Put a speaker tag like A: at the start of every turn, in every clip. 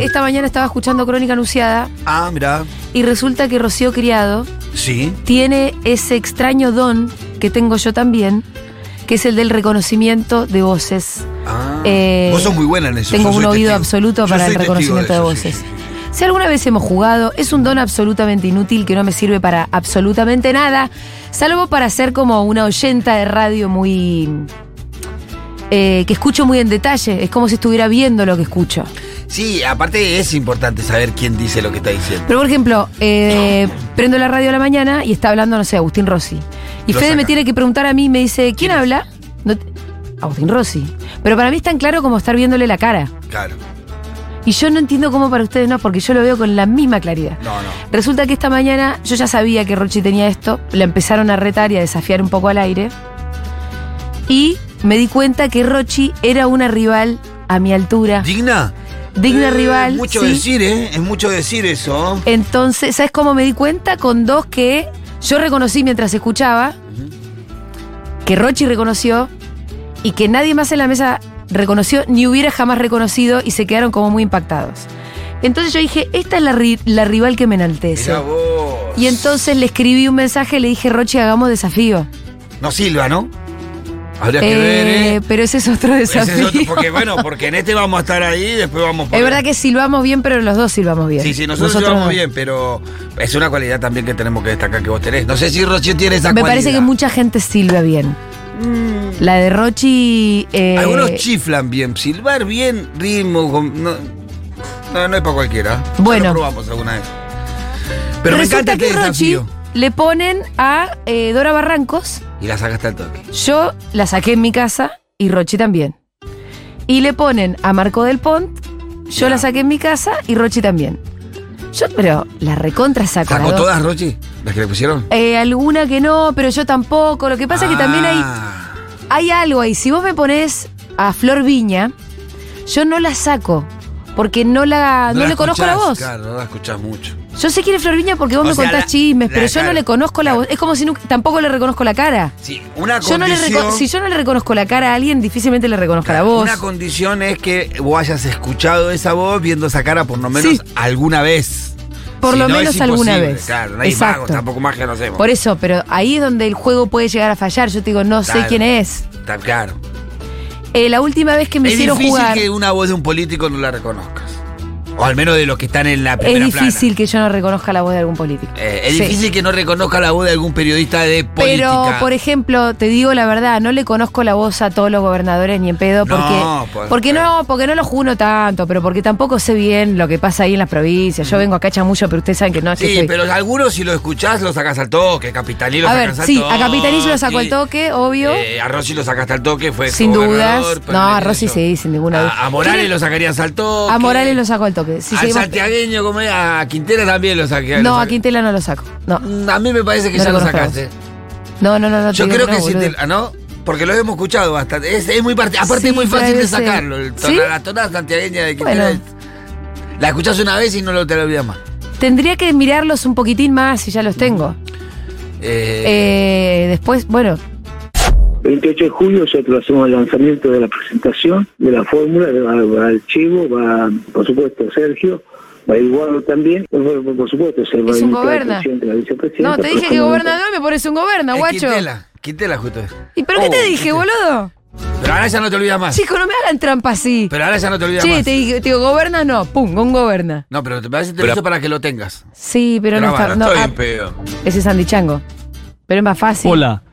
A: esta mañana estaba escuchando Crónica Anunciada
B: Ah, mira.
A: y resulta que Rocío Criado
B: Sí.
A: tiene ese extraño don que tengo yo también, que es el del reconocimiento de voces.
B: Ah.
A: Eh,
B: Vos sos muy buena en eso.
A: tengo
B: yo soy
A: un oído
B: testigo.
A: absoluto
B: Yo
A: para el
B: soy testigo
A: reconocimiento de
B: eso, sí,
A: voces.
B: sí, sí.
A: Si alguna vez hemos jugado, es un don absolutamente inútil que no me sirve para absolutamente nada, salvo para ser como una oyenta de radio muy... eh, que escucho muy en detalle, es como si estuviera viendo lo que escucho.
B: Sí, aparte es importante saber quién dice lo que está diciendo.
A: Pero por ejemplo, eh, prendo la radio a la mañana y está hablando, no sé, Agustín Rossi. Y
B: Lo
A: Fede me
B: saca.
A: tiene que preguntar a mí, me dice, ¿quién habla? No te- Agustín Rossi. Pero para mí es tan claro como estar viéndole la cara.
B: Claro.
A: Y yo no entiendo cómo para ustedes no, porque yo lo veo con la misma claridad.
B: No, no.
A: Resulta que esta mañana yo ya sabía que Rochi tenía esto, la empezaron a retar y a desafiar un poco al aire. Y me di cuenta que Rochi era una rival a mi altura,
B: ¿Digna?
A: digna
B: Eh,
A: rival.
B: Es mucho
A: sí.
B: decir, ¿eh? Es mucho decir eso.
A: Entonces, ¿sabes cómo me di cuenta? Con dos que yo reconocí mientras escuchaba, que Rochi reconoció y que nadie más en la mesa reconoció ni hubiera jamás reconocido y se quedaron como muy impactados. Entonces yo dije, esta es la, ri- la rival que me enaltece.
B: Mirá vos.
A: Y entonces le escribí un mensaje, le dije, Rochi, hagamos desafío.
B: No silba, ¿no? Habría que
A: Eh,
B: ver, ¿eh?
A: Pero ese es otro
B: Ese es
A: desafío.
B: otro, porque bueno, porque en este vamos a estar ahí y después vamos por
A: Es verdad que silbamos bien, pero los dos silbamos bien.
B: Sí, sí, nosotros, llevamos
A: no.
B: bien, pero es una cualidad también que tenemos que destacar que vos tenés. No sé si Roche tiene esa
A: Me
B: cualidad.
A: parece que mucha gente silba bien. La de Rochi. eh,
B: Algunos chiflan bien, silbar bien, ritmo. con- no, no, no es para cualquiera. Ya
A: Bueno.
B: Lo probamos alguna vez. Pero me
A: resulta
B: encanta este
A: que Rochi
B: desafío.
A: le ponen a eh, Dora Barrancos.
B: Y la sacaste al toque.
A: Yo la saqué en mi casa y Rochi también. Y le ponen a Marco del Pont. Yo
B: Ya.
A: la saqué en mi casa y Rochi también. Yo, pero la recontra saco. a las
B: ¿Sacó
A: dos.
B: todas, Rochi? ¿Las que le pusieron?
A: Eh, alguna que no, pero yo tampoco. Lo que pasa es que también hay,
B: Ah,
A: hay algo ahí. Si vos me pones a Flor Viña, yo no la saco. Porque no la, Ah, no
B: la
A: le conozco la
B: escuchás,
A: voz.
B: Claro, no la escuchás mucho.
A: Yo sé quién es Flor Viña porque vos
B: O
A: me
B: sea,
A: contás
B: la-
A: chismes,
B: la-
A: pero yo no
B: claro,
A: le conozco la
B: claro.
A: voz. Es como si nunca- tampoco le reconozco la cara.
B: Sí, una
A: Yo no le
B: condición...
A: reco- si yo no le reconozco la cara a alguien, difícilmente le reconozca la voz.
B: Una condición es que vos hayas escuchado esa voz viendo esa cara por lo menos
A: Sí.
B: alguna vez.
A: Por
B: Si
A: lo
B: no,
A: menos
B: es
A: alguna
B: imposible,
A: vez.
B: Claro, no hay
A: Exacto.
B: magos, tampoco magia no hacemos.
A: Por eso, pero ahí es donde el juego puede llegar a fallar. Yo te digo, no sé
B: Claro.
A: quién es.
B: Está claro.
A: Eh, la última vez que me
B: es
A: hicieron
B: difícil
A: jugar,
B: que una voz de un político no la reconozcas. O al menos de los que están en la
A: es
B: primera
A: difícil que yo no reconozca la voz de algún político.
B: plana. Eh, es
A: Sí.
B: difícil que no reconozca la voz de algún periodista de política.
A: Pero, por ejemplo, te digo la verdad, no le conozco la voz a todos los gobernadores ni en pedo,
B: No,
A: porque,
B: pues,
A: porque no, porque no lo juno tanto, pero porque tampoco sé bien lo que pasa ahí en las provincias. Yo vengo acá a Chamuyo, pero ustedes saben que no es que
B: Mm. Sí,
A: soy-
B: pero algunos si lo escuchás lo sacas al toque, Capitalí lo
A: A
B: sacas
A: ver,
B: al
A: sí,
B: toque.
A: a Capitanich lo saco al toque, obvio.
B: Eh, a Rossi lo sacaste al toque, fue
A: Sin dudas.
B: gobernador,
A: No, a
B: permanente,
A: Rossi
B: eso.
A: sí, sin ninguna duda.
B: A, a Morales
A: ¿Quién-
B: lo sacarías al toque.
A: a Morales lo saco al toque. Si
B: al
A: seguimos-
B: santiagueño, como es, a Quintela también lo saqué. lo
A: no, a
B: saqué.
A: Quintela no lo saco. No,
B: Mm, A mí me parece que
A: No
B: ya
A: lo
B: lo
A: conozco.
B: sacaste.
A: no, no, no. no te
B: Yo
A: digo
B: creo
A: no,
B: que sí,
A: boludo.
B: te- ah, ¿no? Porque lo hemos escuchado bastante. Es, es muy parte, aparte
A: Sí,
B: es muy fácil de
A: parece.
B: sacarlo. El tona-
A: ¿Sí?
B: La tonada santiagueña de Quintela.
A: Bueno.
B: es- La escuchás una vez y no lo te la olvidas más.
A: Tendría que mirarlos un poquitín más si ya los tengo.
B: Eh,
A: Eh, después, bueno,
C: 28 de julio nosotros hacemos el lanzamiento de la presentación de la fórmula, va, va el Chivo, va por supuesto Sergio, va Igualo también, por, por- por supuesto se va
A: Es
C: a
A: un
C: invitar al
A: goberna.
C: presidente, la vicepresidenta.
A: no, te
C: pero
A: dije que
C: como-
A: gobernador me pones un goberna,
B: es
A: guacho.
B: Quintela. Quintela justo. es.
A: ¿Y pero qué
B: Oh,
A: te dije,
B: Quintela.
A: boludo?
B: Pero ahora ya no te olvidas más.
A: Chico, no me hagan trampa así.
B: Pero ahora ya no te olvidas
A: Che,
B: más.
A: te, dije- te digo, goberna no, pum, un goberna.
B: No, pero te parece que te
D: Pero-
B: lo hizo para que lo tengas.
A: Sí, pero no está.
B: Grabala,
A: No,
B: estoy
A: ah,
B: en pedo.
A: ese es Andy Chango. Pero es más fácil.
E: Hola. Ah,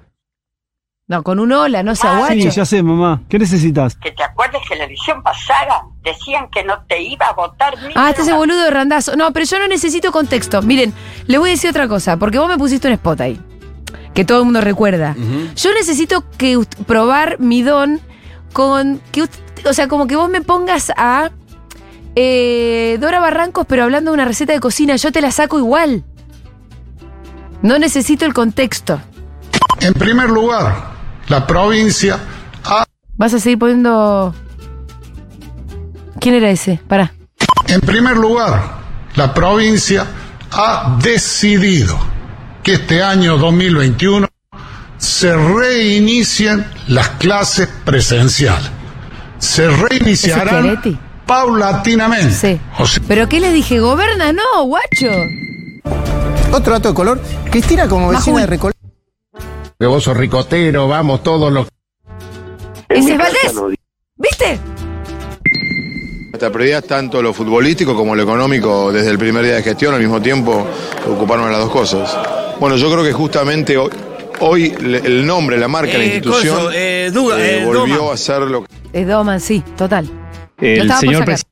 A: No, con un hola, no sea guacho.
E: Sí, ya sé, mamá. ¿Qué necesitas?
F: que te acuerdes que la elección pasada decían que no te iba a votar ni
A: Ah, este es el
F: una.
A: boludo de randazo. No, pero yo no necesito contexto. Miren, le voy a decir otra cosa, porque vos me pusiste un spot ahí, que todo el mundo recuerda.
B: Ujú.
A: Yo necesito que ust- probar mi don con que, ust- o sea, como que vos me pongas a eh, Dora Barrancos, pero hablando de una receta de cocina, yo te la saco igual. No necesito el contexto.
G: En primer lugar, la provincia ha,
A: Vas a seguir poniendo. ¿Quién era ese? Pará.
G: en primer lugar, la provincia ha decidido que este año 2021 se reinicien las clases presenciales. Se
A: ¿Ese es
G: reiniciarán
A: Chiaretti?
G: paulatinamente.
A: Sí.
G: O sea,
A: ¿Pero qué les dije? Goberna, no, guacho.
D: Otro dato de color, Cristina como
A: Más
D: vecina de
A: juventud.
D: Recoleta.
G: que vos sos ricotero, vamos todos los
A: Ese es Valdés. ¿Viste?
H: Nuestra prioridad es tanto lo futbolístico como lo económico desde el primer día de gestión, al mismo tiempo ocuparnos de las dos cosas. Bueno, yo creo que justamente hoy, hoy le- el nombre, la marca, la
B: Eh,
H: institución
B: coso, eh, Duga-
H: eh,
B: eh,
H: volvió
B: Doma.
H: a ser lo que
A: Es Doman, sí, total. Lo
I: El
A: estaba por
I: señor,
A: sacar.
I: presi-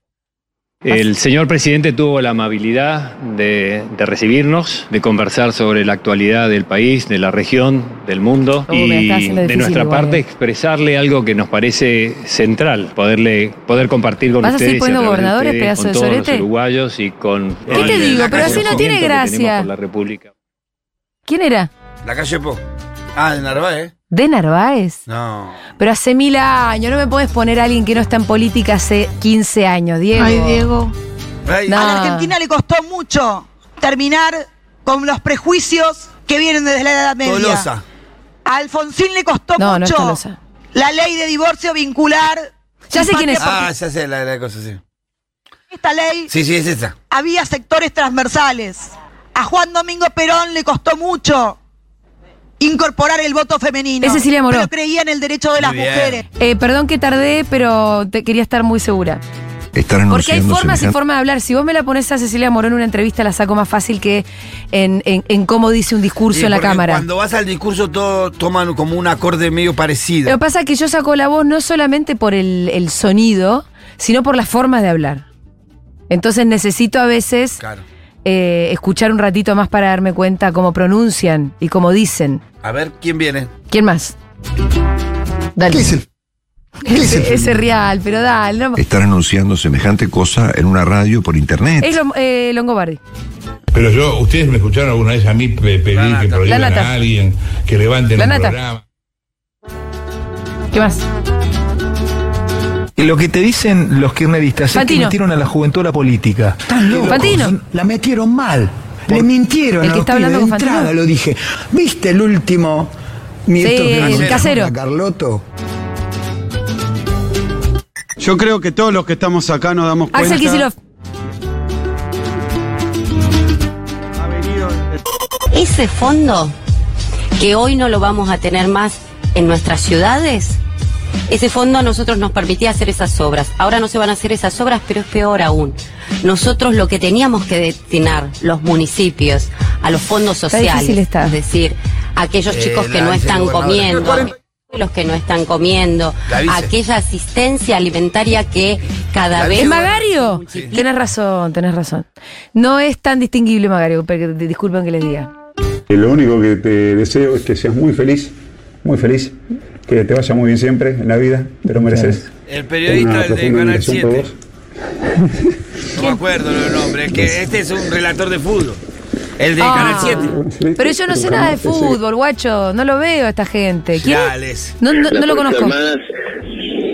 I: el señor presidente tuvo la amabilidad de, de recibirnos, de conversar sobre la actualidad del país, de la región, del mundo
A: Uy, me la
I: y
A: estás haciendo
I: de
A: difícil
I: nuestra
A: igual,
I: parte
A: eh.
I: expresarle algo que nos parece central, poderle poder compartir con
A: ¿Vas a
I: ustedes,
A: seguir
I: y
A: poniendo
I: través de
A: gobernadores,
I: ustedes,
A: pedazo
I: con
A: de
I: todos
A: sorete?
I: los uruguayos y con
B: te digo? Pero
A: no tiene
B: así
I: reconocimiento que tenemos
A: gracia.
I: por la República.
A: ¿Quién era?
B: La calle Po. Ah, de Narváez.
A: ¿De Narváez?
B: No.
A: Pero hace mil años, no me puedes poner a alguien que no está en política hace 15 años, Diego.
J: Ay, Diego.
B: Ay,
A: No.
K: A la Argentina le costó mucho terminar con los prejuicios que vienen desde la Edad Media.
B: Tolosa.
K: A Alfonsín le costó
A: No, no es
K: mucho
A: Tolosa.
K: la ley de divorcio vincular.
A: Ya sé quién es.
B: Ah, ya sé la, la cosa, sí.
K: Esta ley
B: Sí, sí, es esa.
K: había sectores transversales. A Juan Domingo Perón le costó mucho incorporar el voto femenino.
A: Es Cecilia Moró.
K: Pero creía en el derecho de las
B: Muy bien.
K: mujeres.
A: Eh, perdón que tardé, pero te quería estar muy segura. Porque hay formas y formas de hablar. Si vos me la pones a Cecilia Morón en una entrevista, la saco más fácil que en, en- en cómo dice un discurso
B: Sí,
A: en la
B: porque
A: cámara.
B: Cuando vas al discurso, todos toman como un acorde medio parecido.
A: Lo que pasa es que yo saco la voz no solamente por el, el sonido, sino por las formas de hablar. Entonces necesito a veces
B: Claro.
A: eh, escuchar un ratito más para darme cuenta cómo pronuncian y cómo dicen.
B: A ver quién viene.
A: ¿Quién más? Dale.
D: ¿Qué es el? ¿Qué es el?
A: Ese, ese real, pero dale. no-
H: Estar anunciando semejante cosa en una radio por internet.
A: Es lo- eh, Longobardi.
G: Pero yo, ustedes me escucharon alguna vez a mí pe- pedir
B: La nata.
G: que prohíban
A: La nata.
G: a alguien, que levanten
A: La
G: un
A: nata.
G: programa.
A: ¿Qué más?
D: Lo que te dicen los kirchneristas
A: es que Fantino. metieron
D: a la juventud a la política.
A: Fantino.
D: La metieron mal. Le mintieron
A: El
D: a
A: que
D: los
A: está
D: pibes
A: hablando
D: de
A: con Fantino.
D: entrada, lo dije. ¿Viste el último nieto que
A: el
D: mandaron
A: casero.
D: a Carlotto?
E: Yo creo que todos los que estamos acá nos damos cuenta.
A: Axel Kicillof.
J: Ese fondo que hoy no lo vamos a tener más en nuestras ciudades, ese fondo a nosotros nos permitía hacer esas obras. Ahora no se van a hacer esas obras, pero es peor aún. Nosotros lo que teníamos que destinar los municipios a los fondos sociales,
A: difícil está.
J: es decir, a aquellos
B: Eh,
J: chicos que
B: la
J: no están
B: vicegobernadora.
J: comiendo, a los que no están comiendo,
B: La vice.
J: a aquella asistencia alimentaria que cada
B: La
J: vez
A: ¿Es Magario? Tenés razón, tenés razón. No es tan distinguible Magario, pero disculpen que les diga.
G: Lo único que te deseo es que seas muy feliz, muy feliz, que te vaya muy bien siempre en la vida, te lo mereces.
B: El periodista del de Canal 7. No me acuerdo el nombre. Es que este es un relator de fútbol. El de
A: Ah.
B: Canal
A: Pero yo no sé nada de fútbol, guacho. No lo veo a esta gente.
B: 7.
A: ¿Quién es?
B: Dales.
A: No, no, no lo conozco.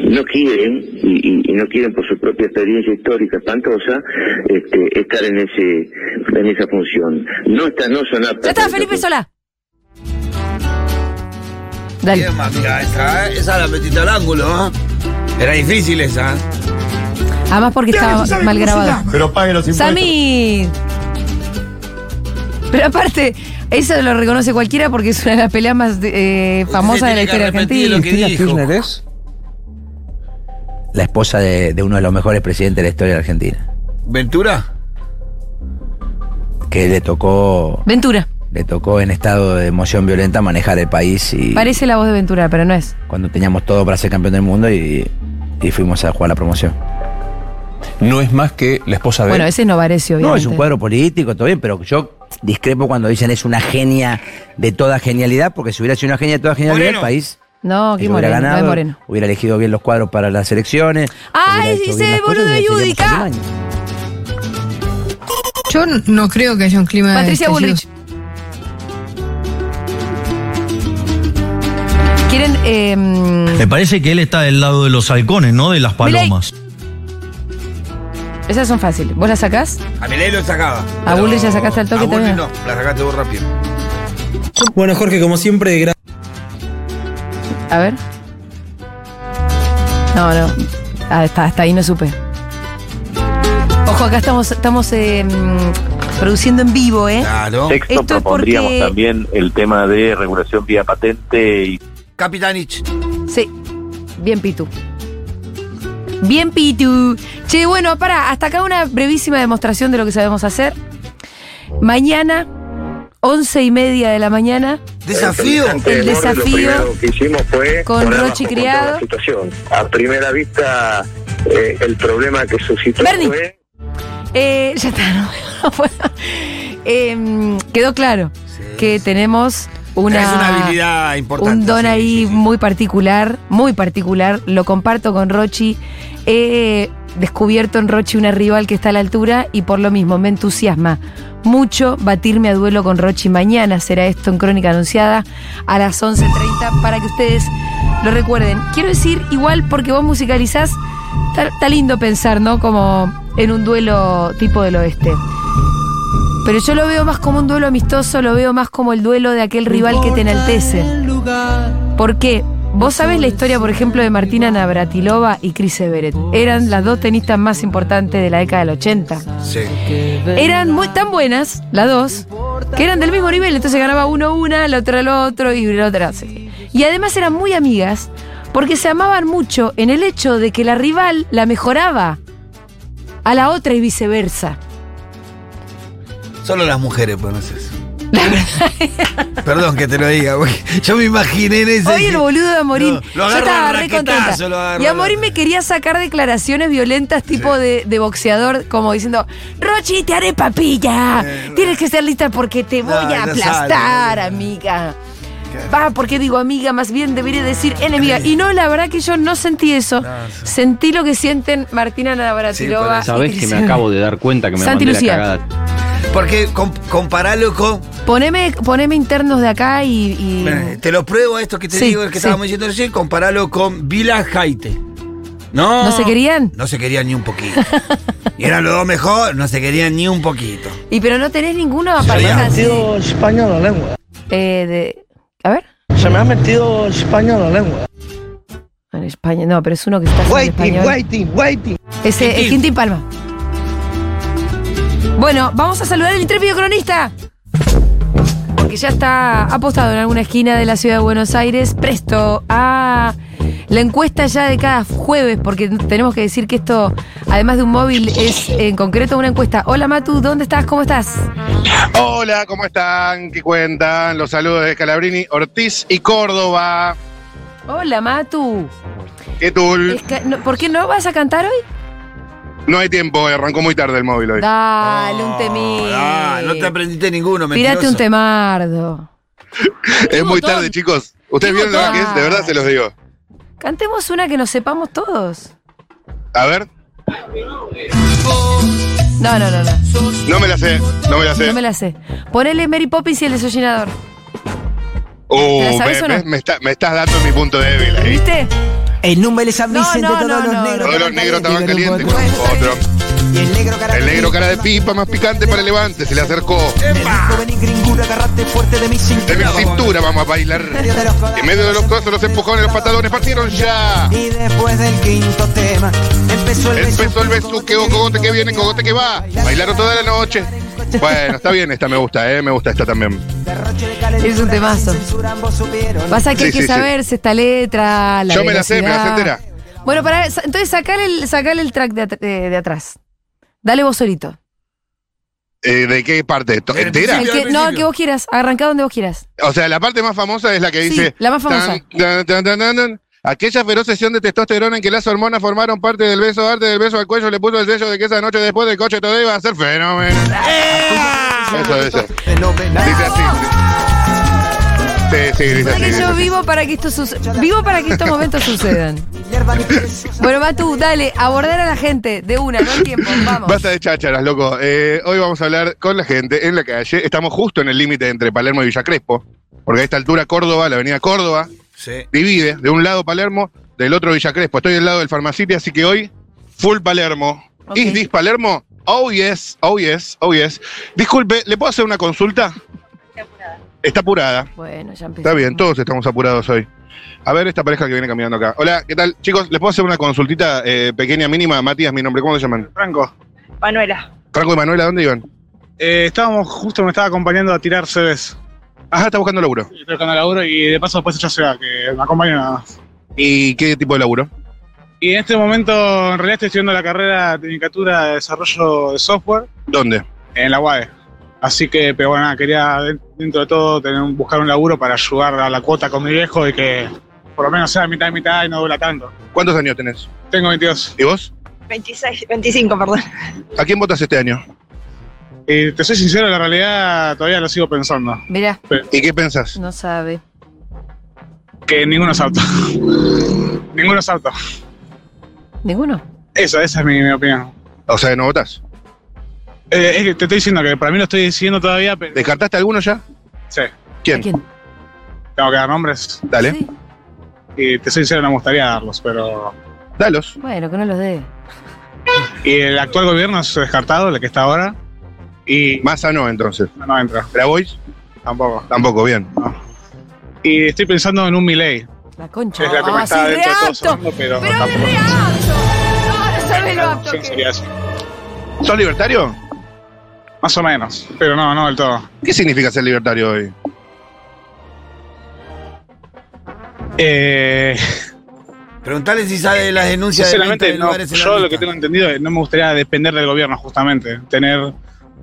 C: no quieren, y, y- y no quieren por su propia experiencia histórica espantosa, este, estar en ese en esa función. No están, no son aptas.
A: Ya está,
C: para esa
A: Felipe
C: función.
A: Solá. Dale.
B: Bien, ma, Mira, esa, ¿eh? esa la metiste al ángulo. ¿eh? Era difícil esa. ¿eh?
A: Además Ah, porque estaba mal grabado.
G: Pero pague los
A: ¡Sami! Pero aparte, eso lo reconoce cualquiera porque es una de las peleas más eh,
B: Usted
A: famosas de la
B: tiene que
A: historia
B: arrepentir
A: argentina.
B: lo que dijo.
D: es la esposa de, de uno de los mejores presidentes de la historia de Argentina,
B: ¿Ventura?
D: que le tocó,
A: Ventura.
D: le tocó en estado de emoción violenta manejar el país y
A: Parece la voz de Ventura, pero no es.
D: cuando teníamos todo para ser campeón del mundo y, y fuimos a jugar la promoción.
H: No es más que la esposa
A: Bueno, ese es Novarecio, obviamente.
D: No, es un cuadro político, todo bien, pero yo discrepo cuando dicen es una genia de toda genialidad, porque si hubiera sido una genia de toda genialidad,
B: Moreno.
D: el país
A: No, qué
D: ella hubiera
A: moreno, no
D: ganado,
A: es moreno.
D: hubiera elegido bien los cuadros para las elecciones.
A: Ay,
D: hubiera hecho
A: dice,
D: bien las cosas y
A: boludo,
D: hubiera
A: Yudica.
D: seguido más años.
J: Yo no creo que haya un clima
A: Patricia Bullrich. Quieren. eh, mm,
I: Me parece que él está del lado de los halcones, no de las
A: palomas. esas son fáciles. ¿Vos las sacás?
B: A Milei lo sacaba.
A: A
B: pero
A: Bullrich la sacaste al toque
B: a Bullrich
A: también.
B: no, la sacaste vos rápido.
I: Bueno, Jorge, como siempre, gracias.
A: A ver. No, no. Ah, hasta, hasta ahí no supe. Ojo, acá estamos, estamos eh, mm, produciendo en vivo, ¿eh?
L: Texto
A: Esto es
L: propondríamos
A: porque-
L: también el tema de regulación vía patente y
B: Capitanich.
A: Sí. Bien, Pitu. Bien, Pitu. Che, bueno, para, hasta acá una brevísima demostración de lo que sabemos hacer. Mañana, once y media de la mañana. El desafío.
M: Lo primero que hicimos fue
A: con
M: poner bajo
A: Rochi
M: control
A: Criado.
M: la situación. A primera vista, eh, el problema que suscitó
A: Bernie.
M: fue
A: Eh, ya está, no, no puedo. Eh, quedó claro que tenemos una,
B: Es una habilidad importante,
A: Un don
B: sí,
A: ahí muy particular, muy particular. Lo comparto con Rochi. He descubierto en Rochi una rival que está a la altura y por lo mismo me entusiasma mucho batirme a duelo con Rochi mañana. Será esto en Crónica Anunciada a las 11.30 para que ustedes lo recuerden. Quiero decir, igual porque vos musicalizás, está, está lindo pensar, ¿no? Como en un duelo tipo del oeste. Pero yo lo veo más como un duelo amistoso, lo veo más como el duelo de aquel rival que te enaltece. ¿Por qué? Vos sabés la historia, por ejemplo, de Martina Navratilova y Chris Everett. Eran las dos tenistas más importantes de la década del 80.
B: Sí.
A: Eran muy tan buenas, las dos, que eran del mismo nivel. Entonces ganaba uno una, la otra la otro y la otra. así. Y además eran muy amigas porque se amaban mucho en el hecho de que la rival la mejoraba a la otra y viceversa.
B: Solo las mujeres pueden hacer eso. Perdón que te lo diga, güey. Yo me imaginé en ese.
A: Hoy el boludo de Amorín.
B: No, lo
A: yo
B: agarro
A: estaba
B: al
A: re
B: raquetazo,
A: contenta.
B: lo agarro
A: y
B: al-
A: Amorín me quería sacar declaraciones violentas, tipo de, de boxeador, como diciendo: Rochi, te haré papilla. Tienes que ser lista porque te voy a
N: no
A: aplastar, amiga. Va, porque digo amiga, más bien debería decir enemiga. Y no, la verdad que yo no sentí eso. Sentí lo que sienten Martina Navratilova.
O: Sabés que me acabo de dar cuenta que me
A: Santi
O: mandé
A: Lucía.
O: la cagada.
B: Porque com- comparalo con.
A: Poneme, poneme internos de acá y. y-
B: Ven, Te lo pruebo esto que te
A: Sí,
B: digo, el que
A: sí.
B: estábamos diciendo recién, comparalo con Vila Jaite. No.
A: ¿No se querían?
B: No se querían ni un poquito. y eran los dos mejor, no se querían ni un poquito.
A: Y pero no tenés ninguna pareja así.
P: Español la lengua.
A: Eh, de, a ver.
P: Se me ha metido español la lengua.
A: En España, no, pero es uno que está haciendo en
P: Waiting,
A: español.
P: waiting, waiting.
A: Ese es Quintín Palma. Bueno, vamos a saludar al intrépido cronista. Porque ya está apostado en alguna esquina de la ciudad de Buenos Aires, presto a la encuesta ya de cada jueves, porque tenemos que decir que esto, además de un móvil, es en concreto una encuesta. Hola Matu, ¿dónde estás? ¿Cómo estás?
Q: Hola, ¿cómo están? ¿Qué cuentan? Los saludos de Calabrini, Ortiz y Córdoba.
A: Hola Matu.
Q: ¿Qué tul?
A: Es que- no, ¿Por qué no vas a cantar hoy?
Q: No hay tiempo, eh, arrancó muy tarde el móvil hoy.
A: Dale,
Q: Oh,
A: un temí.
B: Ah, no te aprendiste ninguno,
A: Tírate
B: mentiroso.
A: un temardo.
Q: es muy tarde, chicos. Ustedes vieron lo que es, de verdad se los digo.
A: Cantemos una que nos sepamos todos.
Q: A ver,
A: No, no, no, no.
Q: no me la sé, no me la sé.
A: No me la sé. Ponele Mary Poppins y el desollinador.
Q: Uh,
A: ¿Te la sabés
Q: me-
A: o no?
Q: me- me está- me estás dando mi punto débil ahí.
A: ¿Viste?
D: En un Vélez San
A: No,
D: Vicente,
A: no,
D: todos
A: no,
D: los
A: no,
D: negros.
Q: Todos los negros estaban calientes. Otro.
D: El negro cara
Q: El negro cara de pipa, más picante para el levante, se le acercó. De mi cintura vamos a bailar. En medio de los cosos, los empujones, los patadones partieron ya.
R: Y después del quinto tema empezó el
Q: Empezó el besuqueo, cogote que viene, cogote que va. Bailaron toda la noche. Bueno, está bien esta, me gusta, eh, me gusta esta también.
A: Es un temazo. Pasa que
Q: Sí,
A: hay que
Q: sí, sí.
A: saberse esta letra, la
Q: Yo me la sé, me la sé
A: velocidad. Bueno, para, entonces sacar el, sacar el track de, at- de- de atrás. Dale vos solito.
Q: Eh, ¿De qué parte? ¿To- ¿Entera?
A: El que- no, el que vos quieras. Arrancá donde vos quieras.
Q: O sea, la parte más famosa es la que
A: Sí,
Q: dice.
A: la más famosa.
Q: tan, tan, tan, tan, tan. Aquella feroz sesión de testosterona en que las hormonas formaron parte del beso, arte del beso al cuello, le puso el sello de que esa noche después del coche todo iba a ser fenomenal.
A: ¡Eh!
Q: Eso, eso. Dice así. Sí, sí, dice
A: Pasa
Q: así.
A: que
Q: dice
A: yo
Q: así.
A: vivo para que esto suce- vivo para que estos momentos sucedan. Bueno, Matu, dale, abordar a la gente de una, no hay tiempo, vamos.
Q: Basta de chácharas, loco. Eh, hoy vamos a hablar con la gente en la calle. Estamos justo en el límite entre Palermo y Villa Crespo, porque a esta altura Córdoba, la avenida Córdoba,
B: Sí.
Q: divide de un lado Palermo, del otro Villa Crespo. Estoy del lado del Farmacity, así que hoy, full Palermo. ¿Is this Palermo? Oh yes, oh yes, oh yes. Disculpe, ¿le puedo hacer una consulta? Está apurada.
A: Bueno, ya empezó.
Q: Está bien, todos estamos apurados hoy. A ver esta pareja que viene caminando acá. Hola, ¿qué tal? Chicos, ¿les puedo hacer una consultita eh, pequeña, mínima? Matías, mi nombre, ¿cómo se llaman? Franco.
N: Manuela.
Q: Franco y Manuela, ¿dónde iban?
S: Eh, estábamos, justo me estaba acompañando a tirar CDs.
Q: Ajá, está buscando laburo.
S: Estoy buscando laburo y de paso después ella se va, que me acompaña nada más.
Q: ¿Y qué tipo de laburo?
S: Y en este momento, en realidad, estoy estudiando la carrera de Tecnicatura de Desarrollo de Software
Q: ¿Dónde?
S: en la UAE. Así que, pero bueno, nada, quería dentro de todo tener, un- buscar un laburo para ayudar a la cuota con mi viejo y que por lo menos sea mitad y mitad y no duela tanto.
Q: ¿Cuántos años tenés?
S: Tengo 22.
Q: ¿Y vos?
N: 26, 25, perdón.
Q: ¿A quién votas este año?
S: Y te soy sincero, la realidad todavía lo sigo pensando.
A: Mirá,
Q: ¿Y qué pensás?
A: no sabe.
S: Que ninguno es apto. ninguno es apto.
A: ¿Ninguno?
S: Esa, esa es mi, mi opinión.
Q: O sea, que no votás.
S: Eh, es que te estoy diciendo que para mí lo estoy decidiendo todavía, pero.
Q: ¿Descartaste alguno ya?
S: Sí.
Q: ¿Quién?
S: Tengo que dar nombres.
Q: Dale.
S: Y te soy sincero, no me gustaría darlos, pero.
Q: Dalos.
A: Bueno, que no los dé.
S: Y el actual gobierno es descartado, el que está ahora. Y.
Q: Massa no, entonces.
S: No, no entra.
Q: ¿Grabois?
S: Tampoco.
Q: Tampoco, bien.
S: Y estoy pensando en un Milei.
A: La concha.
S: Es la que
A: Ah,
S: me está
A: sí,
S: dentro de todo
A: reapto.
S: sonando, pero, tampoco.
A: Ah, No, no sabe lo
S: La
A: apto
S: opción
A: que-
S: sería esa.
Q: ¿Sos libertario?
S: Más o menos, pero no, no del todo.
Q: ¿Qué significa ser libertario hoy?
S: Eh,
B: Preguntale si sabe las denuncias de venta
S: Sinceramente,
B: de
S: no,
B: lugares en la
S: yo lo
B: lista.
S: que tengo entendido es que no me gustaría depender del gobierno, justamente. Tener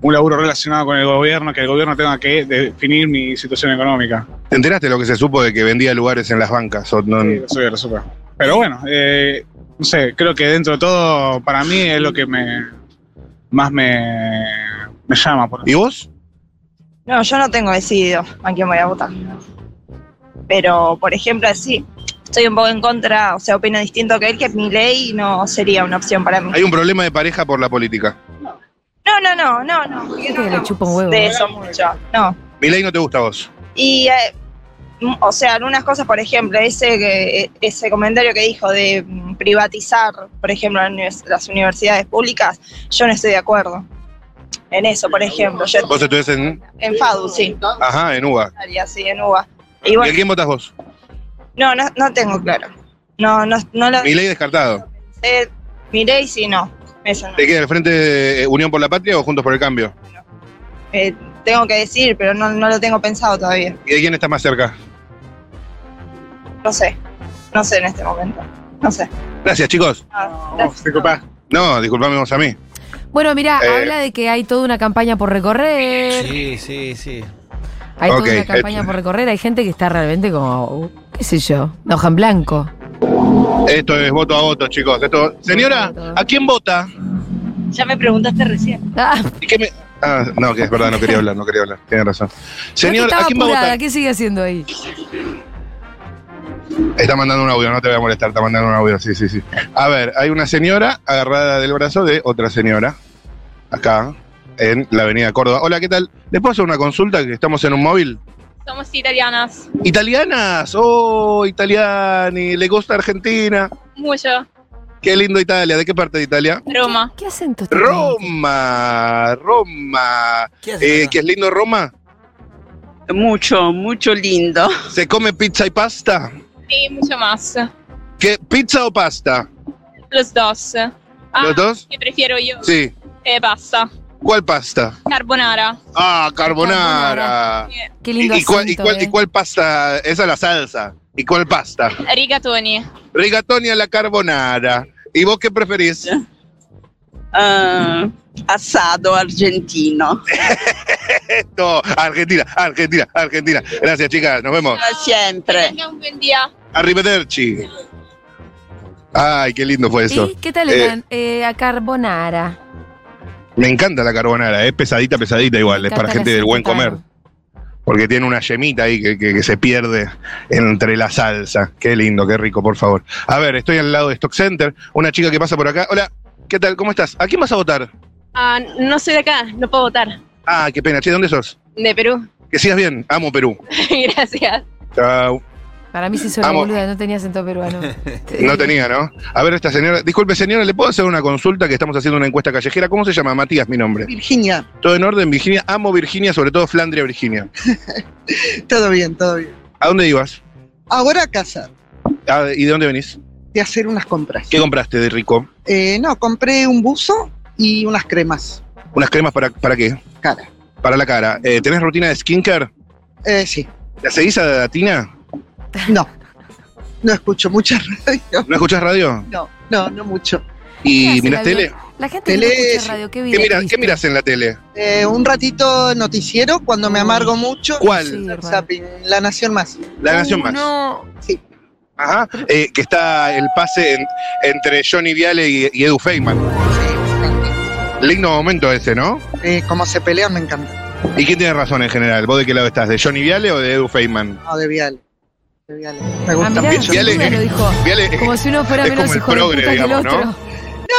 S: un laburo relacionado con el gobierno, que el gobierno tenga que definir mi situación económica.
Q: ¿Te enteraste lo que se supo de que vendía lugares en las bancas? O no-
S: Lo supe, lo supe. Pero bueno, eh, no sé, creo que dentro de todo, para mí es lo que me más me, me llama. Por
Q: ¿Y vos?
N: No, yo no tengo decidido a quién voy a votar. Pero, por ejemplo, sí, estoy un poco en contra, o sea, opino distinto que él, que mi ley no sería una opción para mí.
Q: Hay un problema de pareja por la política.
N: No, no, no, no, no. porque
A: Este
N: no hablamos de eso mucho, no.
Q: Milei no te gusta a vos.
N: Y, eh, mm, o sea, algunas cosas, por ejemplo, ese, que- eh, ese comentario que dijo de mm, privatizar, por ejemplo, la univers- las universidades públicas, yo no estoy de acuerdo en eso, por ejemplo. Yo
Q: Vos estuvés en.
N: en FADU, sí.
Q: Ajá, en UBA.
N: Estaría así, en UBA.
Q: ¿Y
N: Y
Q: a
N: bueno,
Q: quién votas vos?
N: no, no, no tengo claro. No, no, no lo
Q: Milei descartado.
N: sé. Miré y sí, no. Eso no.
Q: ¿Te queda al frente de eh, Unión por la Patria o Juntos por el Cambio?
N: Eh, tengo que decir, pero no, no lo tengo pensado todavía.
Q: ¿Y de quién está más cerca?
N: No sé. No sé en este momento. No sé.
Q: Gracias, chicos.
N: Ah, gracias.
Q: Disculpa. No, disculpame vos a mí.
A: Bueno, mirá,
Q: Eh.
A: habla de que hay toda una campaña por recorrer.
B: Sí, sí, sí.
A: Hay
Q: Ok,
A: toda una campaña
Q: eh.
A: por recorrer. Hay gente que está realmente como, uh, qué sé yo, una hoja en blanco.
Q: Esto es voto a voto, chicos. Esto... Señora, ¿a quién vota?
T: Ya me preguntaste recién.
Q: ¿Y qué me- Ah, no, que es verdad, no quería hablar, no quería hablar. Tienes razón.
A: Creo
Q: Señor,
A: que
Q: ¿a
A: estaba
Q: quién va a
A: apurada,
Q: votar?
A: ¿qué sigue haciendo ahí?
Q: Está mandando un audio, no te voy a molestar, está mandando un audio, sí, sí, sí. A ver, hay una señora agarrada del brazo de otra señora, acá, en la avenida Córdoba. Hola, ¿qué tal? ¿Les puedo hacer una consulta que estamos en un móvil?
U: Somos italianas,
Q: Italianas, oh, italiani, le gusta Argentina.
U: mucho.
Q: Qué lindo Italia, ¿de qué parte de Italia?
U: Roma.
A: ¿Qué acento?
Q: Roma, Roma. Eh, ¿Qué es lindo Roma?
V: Mucho, mucho lindo.
Q: ¿Se come pizza y pasta?
U: Y mucho más.
Q: ¿Qué, ¿Pizza o pasta?
U: Los dos. Ah,
Q: ¿Los dos?
U: ¿Qué prefiero yo?
Q: Sí.
U: Eh, pasta.
Q: ¿Cuál pasta?
U: Carbonara.
Q: Ah, carbonara.
A: Qué
U: lindo
Q: ¿Y, y cuál, y
U: acento,
Q: cuál-
U: eh.
Q: y cuál pasta? Esa es la salsa. ¿Y cuál pasta?
U: Rigatoni.
Q: Rigatoni a la carbonara. ¿Y vos qué preferís?
V: Ah, asado argentino.
Q: Esto, Argentina, Argentina, Argentina. Gracias, chicas. Nos vemos.
V: Siempre.
U: Tenga Ah, un buen día.
Q: Arrivederci. Ay, qué lindo fue eso.
A: ¿Y qué tal
Q: Eh,
A: le dan? Eh, a carbonara.
Q: Me encanta la carbonara, eh. es pesadita, pesadita igual, es
A: encanta
Q: para
A: el
Q: gente del buen
A: aceitutano.
Q: comer. Porque tiene una yemita ahí que, que- que se pierde entre la salsa. Qué lindo, qué rico, por favor. A ver, estoy al lado de Stock Center, una chica que pasa por acá. Hola, ¿qué tal? ¿Cómo estás? ¿A quién vas a votar?
W: Ah, no soy de acá, no puedo votar.
Q: Ah, qué pena, che, ¿dónde sos?
W: De Perú.
Q: Que sigas bien, amo Perú. Ah,
W: Gracias.
Q: Chau.
A: Para mí se hizo la
Q: Vamos.
A: boluda, no tenía acento peruano.
Q: No tenía, ¿no? A ver, esta señora. Disculpe, señora, ¿le puedo hacer una consulta que estamos haciendo una encuesta callejera? ¿Cómo se llama? Matías, mi nombre.
V: Virginia,
Q: Todo en orden, Virginia. Amo Virginia, sobre todo Flandria, Virginia.
V: todo bien, todo bien.
Q: ¿A dónde ibas?
V: Ahora a casa,
Q: Ah, ¿Y de dónde venís?
V: de hacer unas compras.
Q: ¿Qué compraste de rico?
V: Eh, no, compré un buzo y unas cremas.
Q: ¿Unas cremas para, para qué?
V: Cara.
Q: Para la cara. Eh, ¿Tenés rutina de skincare?
V: Eh, sí.
Q: ¿La seguís a Datina?
V: No. No escucho mucha radio.
Q: ¿No escuchás radio?
V: No, no, no mucho.
Q: ¿Y mirás tele?
A: La gente que
V: Tele-
A: no escucha radio, qué
Q: ¿Qué,
A: vida.
Q: mira-
A: triste.
Q: ¿Qué mirás en la tele?
V: Eh, un ratito noticiero cuando me amargo mucho.
Q: ¿Cuál?
V: Sí, zapping, la Nación Más.
Q: La Nación Más.
A: Uh, No.
V: Sí.
Q: Ajá. Eh, que está el pase en- entre Johnny Viale y, y Edu Feynman. Lindo momento ese, ¿no?
V: Eh, como se pelean me encanta.
Q: ¿Y quién tiene razón en general? ¿Vos de qué lado estás? ¿De Johnny Viale o de Edu Feynman?
V: No, de Vial. De Vial. Me
A: Ah,
V: gusta
A: mirá,
V: mucho.
Q: Viale-
A: siempre lo dijo.
Q: Viale- eh,
A: Como si uno fuera
Q: es
A: menos
Q: como el
A: hijo de
Q: progre,
A: puta que el
Q: digamos, ¿no?
A: otro.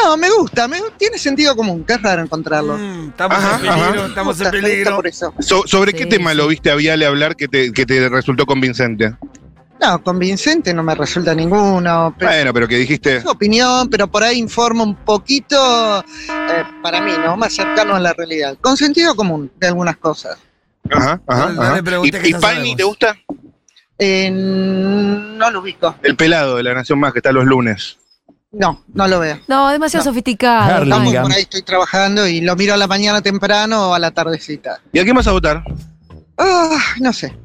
V: No, me gusta. Me, tiene sentido común, que es raro encontrarlo.
B: Estamos
Q: Ajá,
B: en peligro,
Q: ajá.
B: Mm, estamos en
V: Me gusta, me gusta
B: peligro.
V: por eso.
Q: So- ¿Sobre qué
V: Sí,
Q: tema
V: sí.
Q: lo viste a Viale hablar que te, que te resultó convincente?
V: No, convincente no me resulta ninguno. Pero
Q: Bueno, pero que dijiste.
V: es opinión, pero por ahí informa un poquito, eh, para mí, ¿no? Más cercano a la realidad. Con sentido común de algunas cosas.
Q: Ajá, ajá.
B: No le
Q: ajá.
B: preguntes que
Q: ¿Y, y
B: ya
Q: Palni
B: sabemos.
Q: te gusta?
V: Eh, no lo ubico.
Q: El pelado de la Nación Más que está los lunes.
V: No, no lo veo.
A: No, demasiado sofisticado.
D: Harlan.
A: Vamos.
D: Venga.
V: Por ahí estoy trabajando y lo miro a la mañana temprano o a la tardecita.
Q: ¿Y a quién vas a votar?
V: Ah, no sé.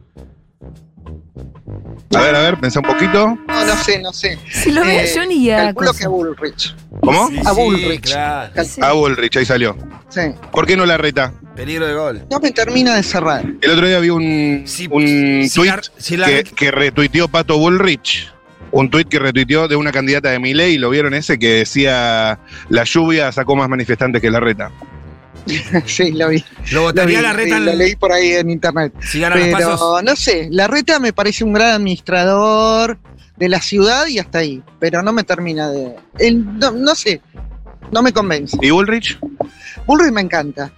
Q: A ver, a ver, pensá un poquito.
V: No, no sé, no sé.
A: Si lo veo
V: Eh,
A: yo ni a
V: Calculo que
A: cosa.
V: a Bullrich.
Q: ¿Cómo?
B: Sí,
V: A
B: sí,
V: Bullrich.
B: claro.
V: Cal-
A: Sí.
Q: A Bullrich, ahí salió.
V: sí.
Q: ¿Por qué no la reta?
B: Peligro de gol.
V: No me termina de cerrar.
Q: El otro día vi un,
B: Si-
Q: un
B: si
Q: tweet
B: la- si la-
Q: que, que retuiteó Pato Bullrich. Un tweet que retuiteó de una candidata de Miley, ¿lo vieron ese? Que decía, la lluvia sacó más manifestantes que la reta.
V: sí, lo vi.
B: Lo
V: Lo, vi,
B: votaría la reta
V: sí,
B: en-
V: lo leí por ahí en internet.
B: si gana las pasos.
V: Pero no sé, la reta me parece un gran administrador de la ciudad y hasta ahí. Pero no me termina de. el- no, no sé, no me convence.
Q: ¿Y Bullrich?
V: Bullrich me encanta.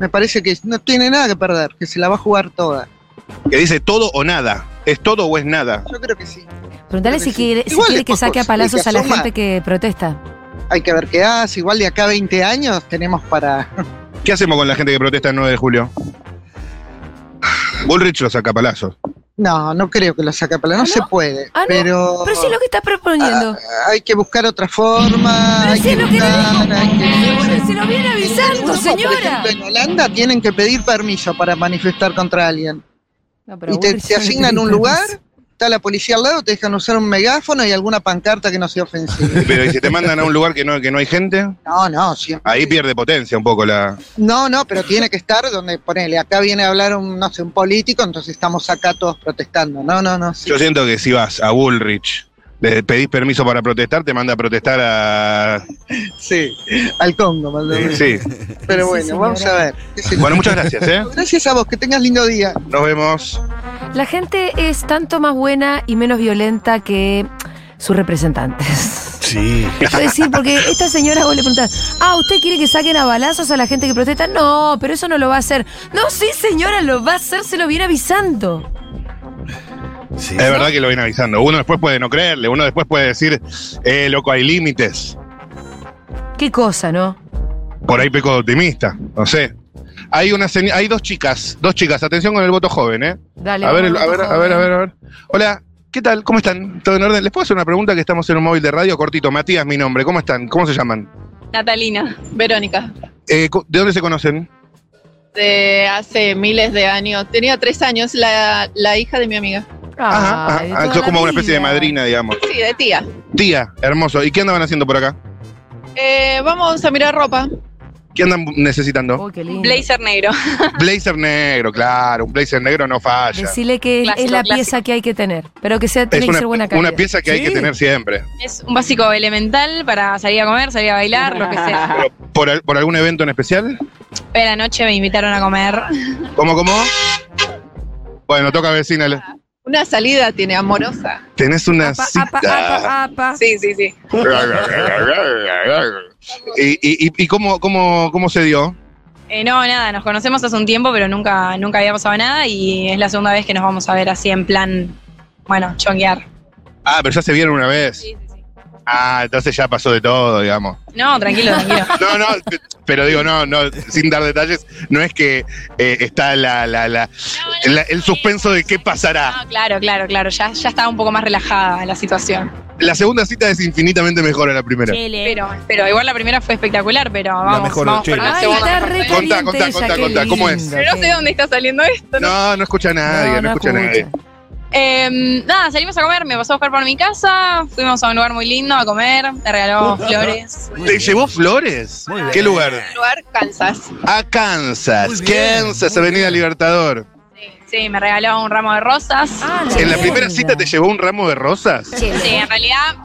V: Me parece que no tiene nada que perder, que se la va a jugar toda.
Q: Que dice todo o nada. ¿Es todo o es nada?
V: Yo creo que sí.
A: Preguntale si
V: Sí.
A: quiere, si
V: Igual
A: quiere que
V: después
A: saque a
V: el que
A: palazos a la
V: asoma-
A: gente que protesta.
V: Hay que ver qué hace. Igual de acá a 20 años tenemos para.
Q: ¿Qué hacemos con la gente que protesta el 9 de julio? Bullrich lo saca a palazos.
V: No, no creo que lo saque para. No,
A: ¿Ah,
V: se
A: no?
V: puede.
A: Ah, no.
V: Pero.
A: Pero si es lo que está proponiendo.
V: Ah, Hay que buscar otra forma.
A: Pero
V: hay
A: si es lo que le
V: buscar, hay que-
A: Se lo viene
V: En
A: avisando,
V: Europa, Por
A: señora.
V: ejemplo, en Holanda tienen que pedir permiso para manifestar contra alguien.
A: No, pero
V: y te,
A: Bullrich
V: te
A: no le
V: asignan
A: tiene
V: un
A: que
V: lugar,
A: avisar.
V: está la policía al lado, te dejan usar un megáfono y alguna pancarta que no sea ofensiva.
Q: Pero ¿y si te mandan a un lugar que no, que no hay gente?
V: No, no, siempre.
Q: Ahí pierde potencia un poco la...
V: No, no, pero tiene que estar donde, ponele, acá viene a hablar un, no sé, un político, entonces estamos acá todos protestando. No, no, no. sí.
Q: Yo siento que si vas a Bullrich, le pedís permiso para protestar, te manda a protestar a... eh,
V: Sí, al Congo, más o menos.
Q: Sí.
V: Pero
A: Sí,
V: bueno,
A: señora.
V: vamos a ver. qué sé yo.
Q: Bueno, muchas gracias, ¿eh?
V: Gracias a vos, que tengas lindo día.
Q: Nos vemos.
A: La gente es tanto más buena y menos violenta que sus representantes.
B: Sí.
A: Es decir, porque esta señora vos le preguntás, ah, ¿usted quiere que saquen a balazos a la gente que protesta? No, pero eso no lo va a hacer. No, sí, señora, lo va a hacer, se lo viene avisando.
B: Sí.
Q: Es verdad que lo viene avisando. Uno después puede no creerle, uno después puede decir, eh, loco, hay límites.
A: Qué cosa, ¿no?
Q: Por ahí peco de optimista, no sé. Hay una señ- hay dos chicas, dos chicas, atención con el voto joven, ¿eh?
A: Dale.
Q: A ver,
A: vamos,
Q: a ver, a ver, a ver, a ver. Hola, ¿qué tal? ¿Cómo están? ¿Todo en orden? Les puedo hacer una pregunta que estamos en un móvil de radio cortito. Matías, mi nombre. ¿Cómo están? ¿Cómo se llaman?
T: Natalina, Verónica,
Q: Eh, cu- ¿De dónde se conocen?
T: de hace miles de años. Tenía tres años, la, la hija de mi amiga.
Q: Ajá,
A: Ay, de
Q: ajá.
A: toda
Q: Sos
A: la
Q: como una especie de
A: vida.
Q: madrina, digamos.
T: Sí, de tía.
Q: Tía, hermoso. ¿Y qué andaban haciendo por acá?
T: Eh, vamos a mirar ropa.
Q: ¿Qué andan necesitando?
A: Uy, qué lindo.
T: Blazer negro.
Q: Blazer negro, claro. Un blazer negro no falla.
A: Decirle que es- es la
T: Clásico, clásico.
A: pieza que hay que tener, pero que sea, tiene
Q: Es
A: que
Q: una,
A: ser buena calidad.
Q: una pieza que hay que
B: Sí.
Q: tener siempre.
T: Es un básico elemental para salir a comer, salir a bailar, lo que sea.
Q: Pero, ¿por, al- ¿Por algún evento en especial?
T: Hoy a la noche me invitaron a comer.
Q: ¿Cómo, cómo? Bueno, toca vecina. le-
T: Una salida tiene amorosa.
Q: Tenés una
A: Apa,
Q: cita.
A: apa, apa, apa.
T: Sí, sí, sí.
Q: ¿Y, y, y- y cómo, cómo, cómo se dio?
T: Eh, no, nada, nos conocemos hace un tiempo, pero nunca, nunca había pasado nada y es la segunda vez que nos vamos a ver así en plan, bueno, chonguear.
Q: Ah, pero ya se vieron una vez.
T: Sí, sí, sí.
Q: Ah, entonces ya pasó de todo, digamos.
N: No, tranquilo, tranquilo.
Q: No, no, pero digo, no, no, sin dar detalles, no es que eh, está la, la, la, la- el suspenso de qué pasará.
U: Ah, claro, claro, claro. Ya, ya estaba un poco más relajada la situación.
Q: La segunda cita es infinitamente mejor a la primera.
U: Pero, pero igual la primera fue espectacular, pero vamos,
Q: mejor,
U: vamos por
Q: chele.
U: la
Q: Ay,
U: segunda.
Q: está re Contá, contá, caliente contá, ella, contá, qué ¿cómo es? lindo,
U: Pero no sé dónde está saliendo esto. ¿no?
Q: No, no escucha a nadie, no,
U: No, no
Q: escucha a nadie.
U: Eh, nada, salimos a comer, me pasó a buscar por mi casa, fuimos a un lugar muy lindo a comer, me regaló flores.
Q: ¿Te llevó flores? ¿Qué lugar?
U: Un lugar, Kansas.
Q: A Kansas, Kansas, Avenida Libertador.
U: Sí, me regaló un ramo de rosas.
Q: ¿En la primera cita te llevó un ramo de rosas?
U: Sí, en realidad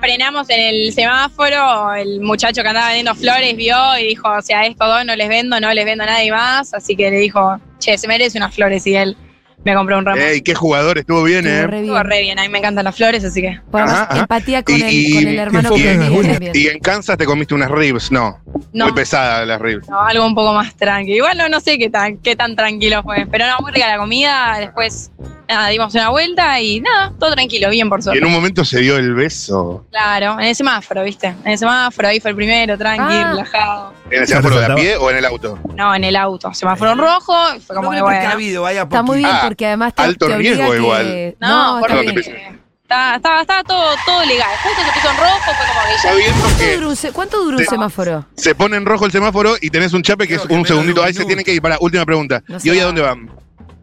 U: frenamos en el semáforo, el muchacho que andaba vendiendo flores vio y dijo, o sea, estos dos no les vendo, no les vendo a nadie más, así que le dijo, che, se merece unas flores y él me compró un ramo.
Q: Ey, qué jugador, estuvo bien, ¿eh?
U: Estuvo re bien, a mí me encantan las flores, así que...
A: Podemos
Q: Ajá, ajá.
A: empatía con, el, con el hermano
Q: y-
A: que
Q: y-
A: viene también.
Q: y en Kansas te comiste unas ribs, no.
U: No.
Q: Muy pesadas las ribs.
U: No, algo un poco más tranqui. Igual no, no sé qué tan, qué tan tranquilo fue, pero no, muy rica la comida, después nada, dimos una vuelta y nada, todo tranquilo, bien por
Q: Y
U: suerte.
Q: en un momento se dio el beso.
U: Claro, en el semáforo, ¿viste? En el semáforo, ahí fue el primero, tranqui, relajado.
Q: ¿En el semáforo de a pie o en el auto?
U: No, en el auto. Semáforo rojo, y fue como de bueno.
A: Está muy bien
Q: Ah,
A: porque además te,
Q: alto
A: te obliga
Q: riesgo
A: que-
Q: igual.
A: No, Ah, está
Q: Perdón,
A: bien.
Q: te pisé.
U: Estaba, estaba, estaba todo, todo legal. Justo se puso en rojo, fue como que ya.
A: ¿Cuánto dura un, se- cuánto dura un semáforo?
Q: se pone en rojo el semáforo y tenés un chape que es un segundito. Ahí se tiene que ir. Para, última pregunta.
A: No
Q: ¿Y
A: se
Q: hoy a
A: va.
Q: dónde van?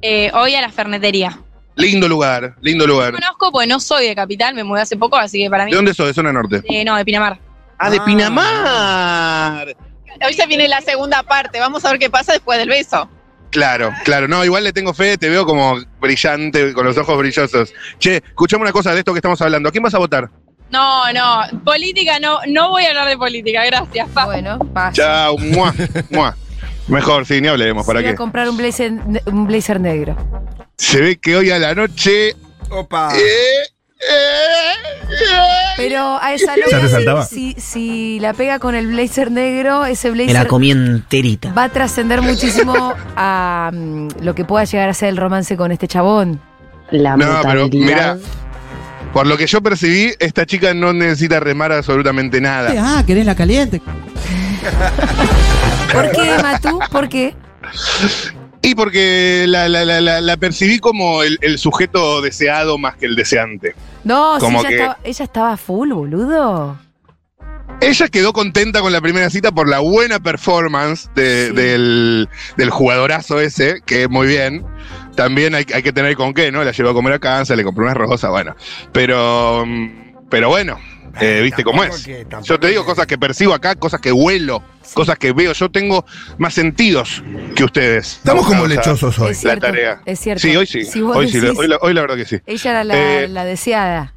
U: Eh, hoy a la fernetería.
Q: Lindo lugar, lindo
U: No
Q: lugar.
U: conozco porque no soy de capital, me mudé hace poco, así que para mí.
Q: ¿De dónde sos? De zona norte.
U: Eh, no, de Pinamar.
Q: Ah, de Pinamar.
T: Hoy se viene la segunda parte, vamos a ver qué pasa después del beso.
Q: Claro, claro. No, igual le tengo fe, te veo como brillante, con los ojos brillosos. Che, escuchame una cosa de esto que estamos hablando. ¿A quién vas a votar?
U: No, no, política no, no voy a hablar de política, gracias.
A: Bueno, paso.
Q: Chao, muah, muah. Mejor, sí, ni hablemos, ¿para
A: Voy a
Q: qué?
A: comprar un blazer, un blazer negro.
Q: Se ve que hoy a la noche.
B: Ah,
Q: eh,
B: Opa.
A: Pero a esa
D: Ya te
A: loca,
D: saltaba.
A: si, si la pega con el blazer negro, ese
D: Me la
A: blazer
D: comí enterita.
A: va a trascender muchísimo a mm, lo que pueda llegar a ser el romance con este chabón. La
Q: No, pero mira, por lo que yo percibí, esta chica no necesita remar absolutamente nada.
R: Ah, querés la caliente.
A: ¿Por qué, Matú? ¿Por qué?
Q: Y porque la, la- la- la- la percibí como el, el sujeto deseado más que el deseante.
A: No, si
Q: Como
A: ella,
Q: que-
A: estaba, ella estaba full, boludo.
Q: Ella quedó contenta con la primera cita por la buena performance de- del, del jugadorazo ese, que muy bien. También hay, hay que tener con qué, ¿no? La llevó a comer a casa, le compró unas rosas, bueno. Pero, mm, pero bueno,
A: Ah,
Q: eh, viste cómo
B: tampoco
Q: es.
B: que- tampoco
Q: Yo te digo cosas que percibo acá, cosas que huelo, cosas que veo. Yo tengo más sentidos que ustedes.
E: Estamos como
Q: Vamos a-
E: lechosos hoy.
A: Es
Q: La
A: cierto,
Q: tarea.
A: es cierto.
Q: Sí, hoy sí.
A: Si vos
Q: hoy, sí
A: decís-
Q: hoy la, hoy la verdad que sí.
A: Ella era la,
Q: Eh,
A: la deseada.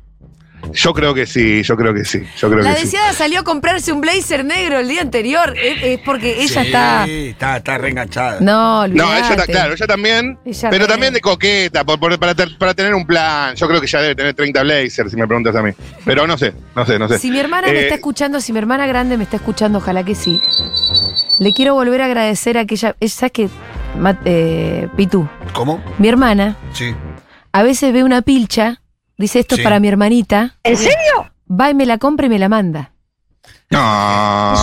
Q: Yo creo que sí, yo creo que sí. Yo creo
A: La
Q: que sí.
A: deseada salió a comprarse un blazer negro el día anterior. Es, es porque ella
B: Sí,
A: está.
B: está, está reenganchada.
A: No,
Q: No, ella está,
A: olvidate.
Q: claro, ella también,
A: Ella
Q: pero
A: re-
Q: también de coqueta, por- por- para, ter- para tener un plan. Yo creo que ya debe tener 30 blazers, si me preguntas a mí. Pero no sé, no sé, no sé.
A: Si mi hermana me
Q: Eh,
A: está escuchando, si mi hermana grande me está escuchando, ojalá que sí. Le quiero volver a agradecer a aquella. ella- ¿Sabes qué? Ma- eh, Pitu.
B: ¿Cómo?
A: Mi hermana
B: Sí.
A: a veces ve una pilcha, dice esto
B: Sí.
A: es para mi hermanita. ¿En serio? Va y me la compra y me la manda.
Q: No.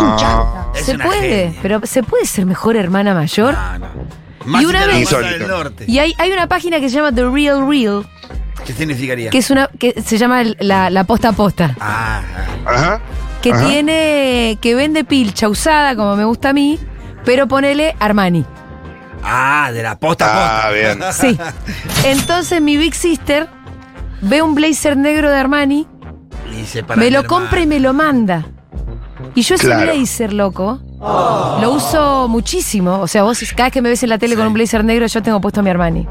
A: Es un se puede, pero ¿se puede ser mejor hermana mayor?
B: Ah, Más
A: Y una
B: de la
A: vez-
B: banda del
A: Insólito.
B: norte.
A: Y hay, hay una página que se llama The Real Real,
B: ¿Qué significaría?
A: que es una que se llama el- la, la posta a posta,
B: Ah,
Q: Ajá.
A: que
B: Ajá.
A: tiene que vende pilcha usada como me gusta a mí, pero ponele Armani.
B: ah, de la posta a posta.
Q: Ah, bien.
A: Sí. Entonces mi big sister ve un blazer negro de Armani,
B: Y se para
A: me
B: mi
A: lo
B: hermana.
A: compra y me lo manda. Y yo ese
B: Claro.
A: blazer, loco, lo uso muchísimo. O sea, vos cada vez que me ves en la tele con un blazer negro, yo tengo puesto a mi Armani.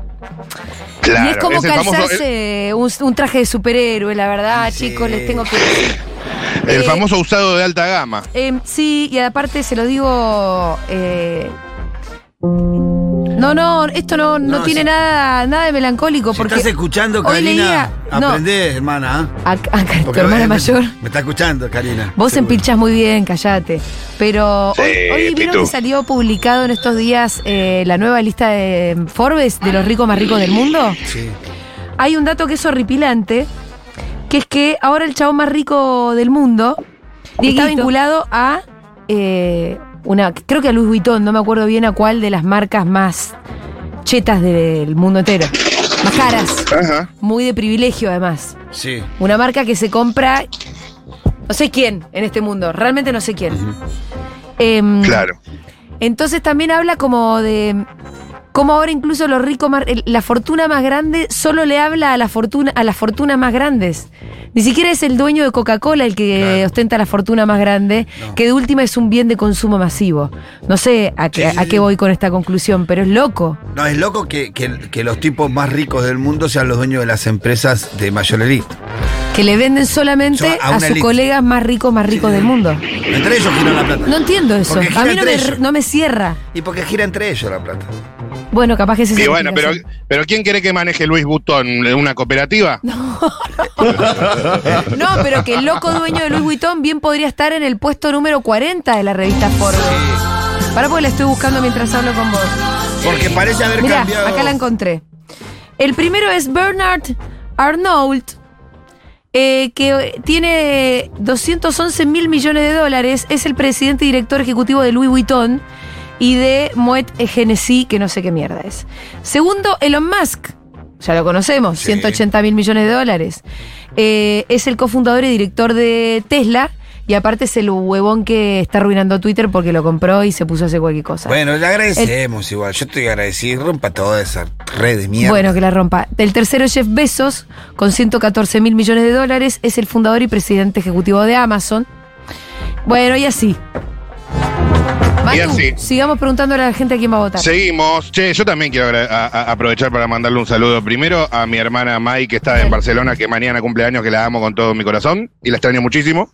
Q: Claro,
A: y es como
Q: el famoso- eh,
A: calzarse un, un traje de superhéroe, la verdad, chicos, les tengo que decir.
Q: el,
A: eh.
Q: el famoso usado de alta gama.
A: Em, sí, y aparte se lo digo. eh, no, no, esto no, no,
B: No,
A: tiene
B: si-
A: nada, nada de melancólico.
B: Si
A: porque
B: estás escuchando,
A: hoy leía-
B: Karina,
A: no,
B: aprendés, hermana. ¿ah?
A: a- a- tu
B: Porque
A: hermana
B: obviamente
A: mayor.
B: Me está escuchando, Karina.
A: Vos
B: Seguro.
A: empilchás muy bien, callate. Pero hoy,
B: Sí,
A: hoy vieron
B: Pitu.
A: que salió publicado en estos días eh, la nueva lista de Forbes de los ricos más ricos del mundo.
B: Sí.
A: Hay un dato que es horripilante, que es que ahora el chabón más rico del mundo está vinculado a eh, una, creo que a Luis Vuitton, no me acuerdo bien a cuál de las marcas más chetas del mundo entero. Más caras. Muy de privilegio además.
B: Sí.
A: Una marca que se compra. No sé quién en este mundo. Realmente no sé quién. Em,
Q: Claro.
A: Entonces también habla como de. Cómo ahora incluso los ricos, más- el- la fortuna más grande solo le habla a la fortuna, a las fortunas más grandes. Ni siquiera es el dueño de Coca-Cola el que ostenta la fortuna más grande, que de última es un bien de consumo masivo. No sé a qué, a qué voy con esta conclusión, pero es loco.
B: No, es loco que, que- que los tipos más ricos del mundo sean los dueños de las empresas de mayor elite.
A: Que le venden solamente
B: Yo a
A: a,
B: una
A: sus
B: elite.
A: colegas más ricos, más ricos del mundo.
B: Entre ellos giran la plata.
A: No entiendo eso.
B: Porque gira
A: A mí no
B: entre
A: me,
B: ellos.
A: no me cierra.
B: Y porque gira entre ellos la plata.
A: Bueno, capaz que ese es
Q: Y
A: el
Q: bueno, pero, pero ¿quién quiere que maneje Luis Butón? ¿Una cooperativa?
A: No, pero que el loco dueño de Luis Vuitton bien podría estar en el puesto número 40 de la revista Forbes. Para porque la estoy buscando mientras hablo con vos.
B: Porque parece haber
A: Mirá,
B: cambiado.
A: acá la encontré. El primero es Bernard Arnault, eh, que tiene 211 mil millones de dólares. Es el presidente y director ejecutivo de Louis Vuitton y de Moet Genesis, que no sé qué mierda es. Segundo, Elon Musk. Ya lo conocemos, 180 mil millones de dólares. Eh, es el cofundador y director de Tesla. Y aparte es el huevón que está arruinando Twitter porque lo compró y se puso a hacer cualquier cosa.
B: Bueno, le
A: El-
B: agradecemos igual. Yo estoy agradecido. Rompa toda esa red de mierda.
A: Bueno, que la rompa. El tercero, Jeff Bezos, con 114 mil millones de dólares, es el fundador y presidente ejecutivo de Amazon. Bueno, y así. Manu,
Q: Y así.
A: sigamos preguntándole a la gente a quién va a votar.
Q: Seguimos. Che, yo también quiero agra- a- a- aprovechar para mandarle un saludo primero a mi hermana Mai, que está en Barcelona, que mañana cumple años, que la amo con todo mi corazón y la extraño muchísimo.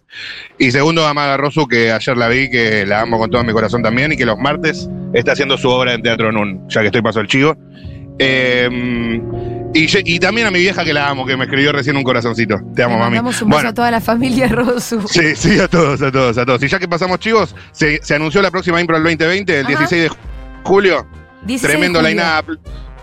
Q: Y segundo a Maga Rosu, que ayer la vi, que la amo con todo mi corazón también y que los martes está haciendo su obra en Teatro Nun, ya que estoy paso el chivo. Eh, y, ye- y también a mi vieja que la amo, que me escribió recién un corazoncito. Te amo,
A: Le
Q: mami.
A: mandamos un beso
Q: Bueno,
A: a toda la familia Rosu.
Q: Sí, sí, a todos, a todos, a todos. Y ya que pasamos, chivos, se, se anunció la próxima Impro del 2020, el 16 de ju- julio.
A: 16 de
Q: Tremendo
A: julio.
Q: line-up.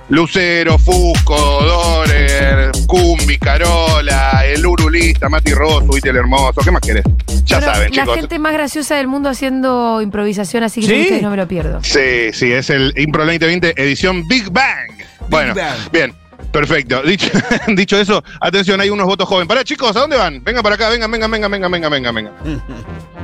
Q: Lucero, Fusco, Dorer, Cumbi, Carola, El Urulista, Mati Rosso, Vite el Hermoso. ¿Qué más querés? Ya
A: Bueno,
Q: saben,
A: la
Q: chicos.
A: gente más graciosa del mundo haciendo improvisación, así que yo
Q: ¿Sí?
A: ustedes no me lo pierdo.
Q: Sí, sí, es el Impro 2020 edición Big Bang. Bueno,
A: Bang.
Q: bien. Perfecto. Dicho, dicho eso, atención, hay unos votos jóvenes. Pará, chicos, ¿a dónde van? Vengan para acá, vengan, vengan, vengan, vengan, vengan, vengan, vengan.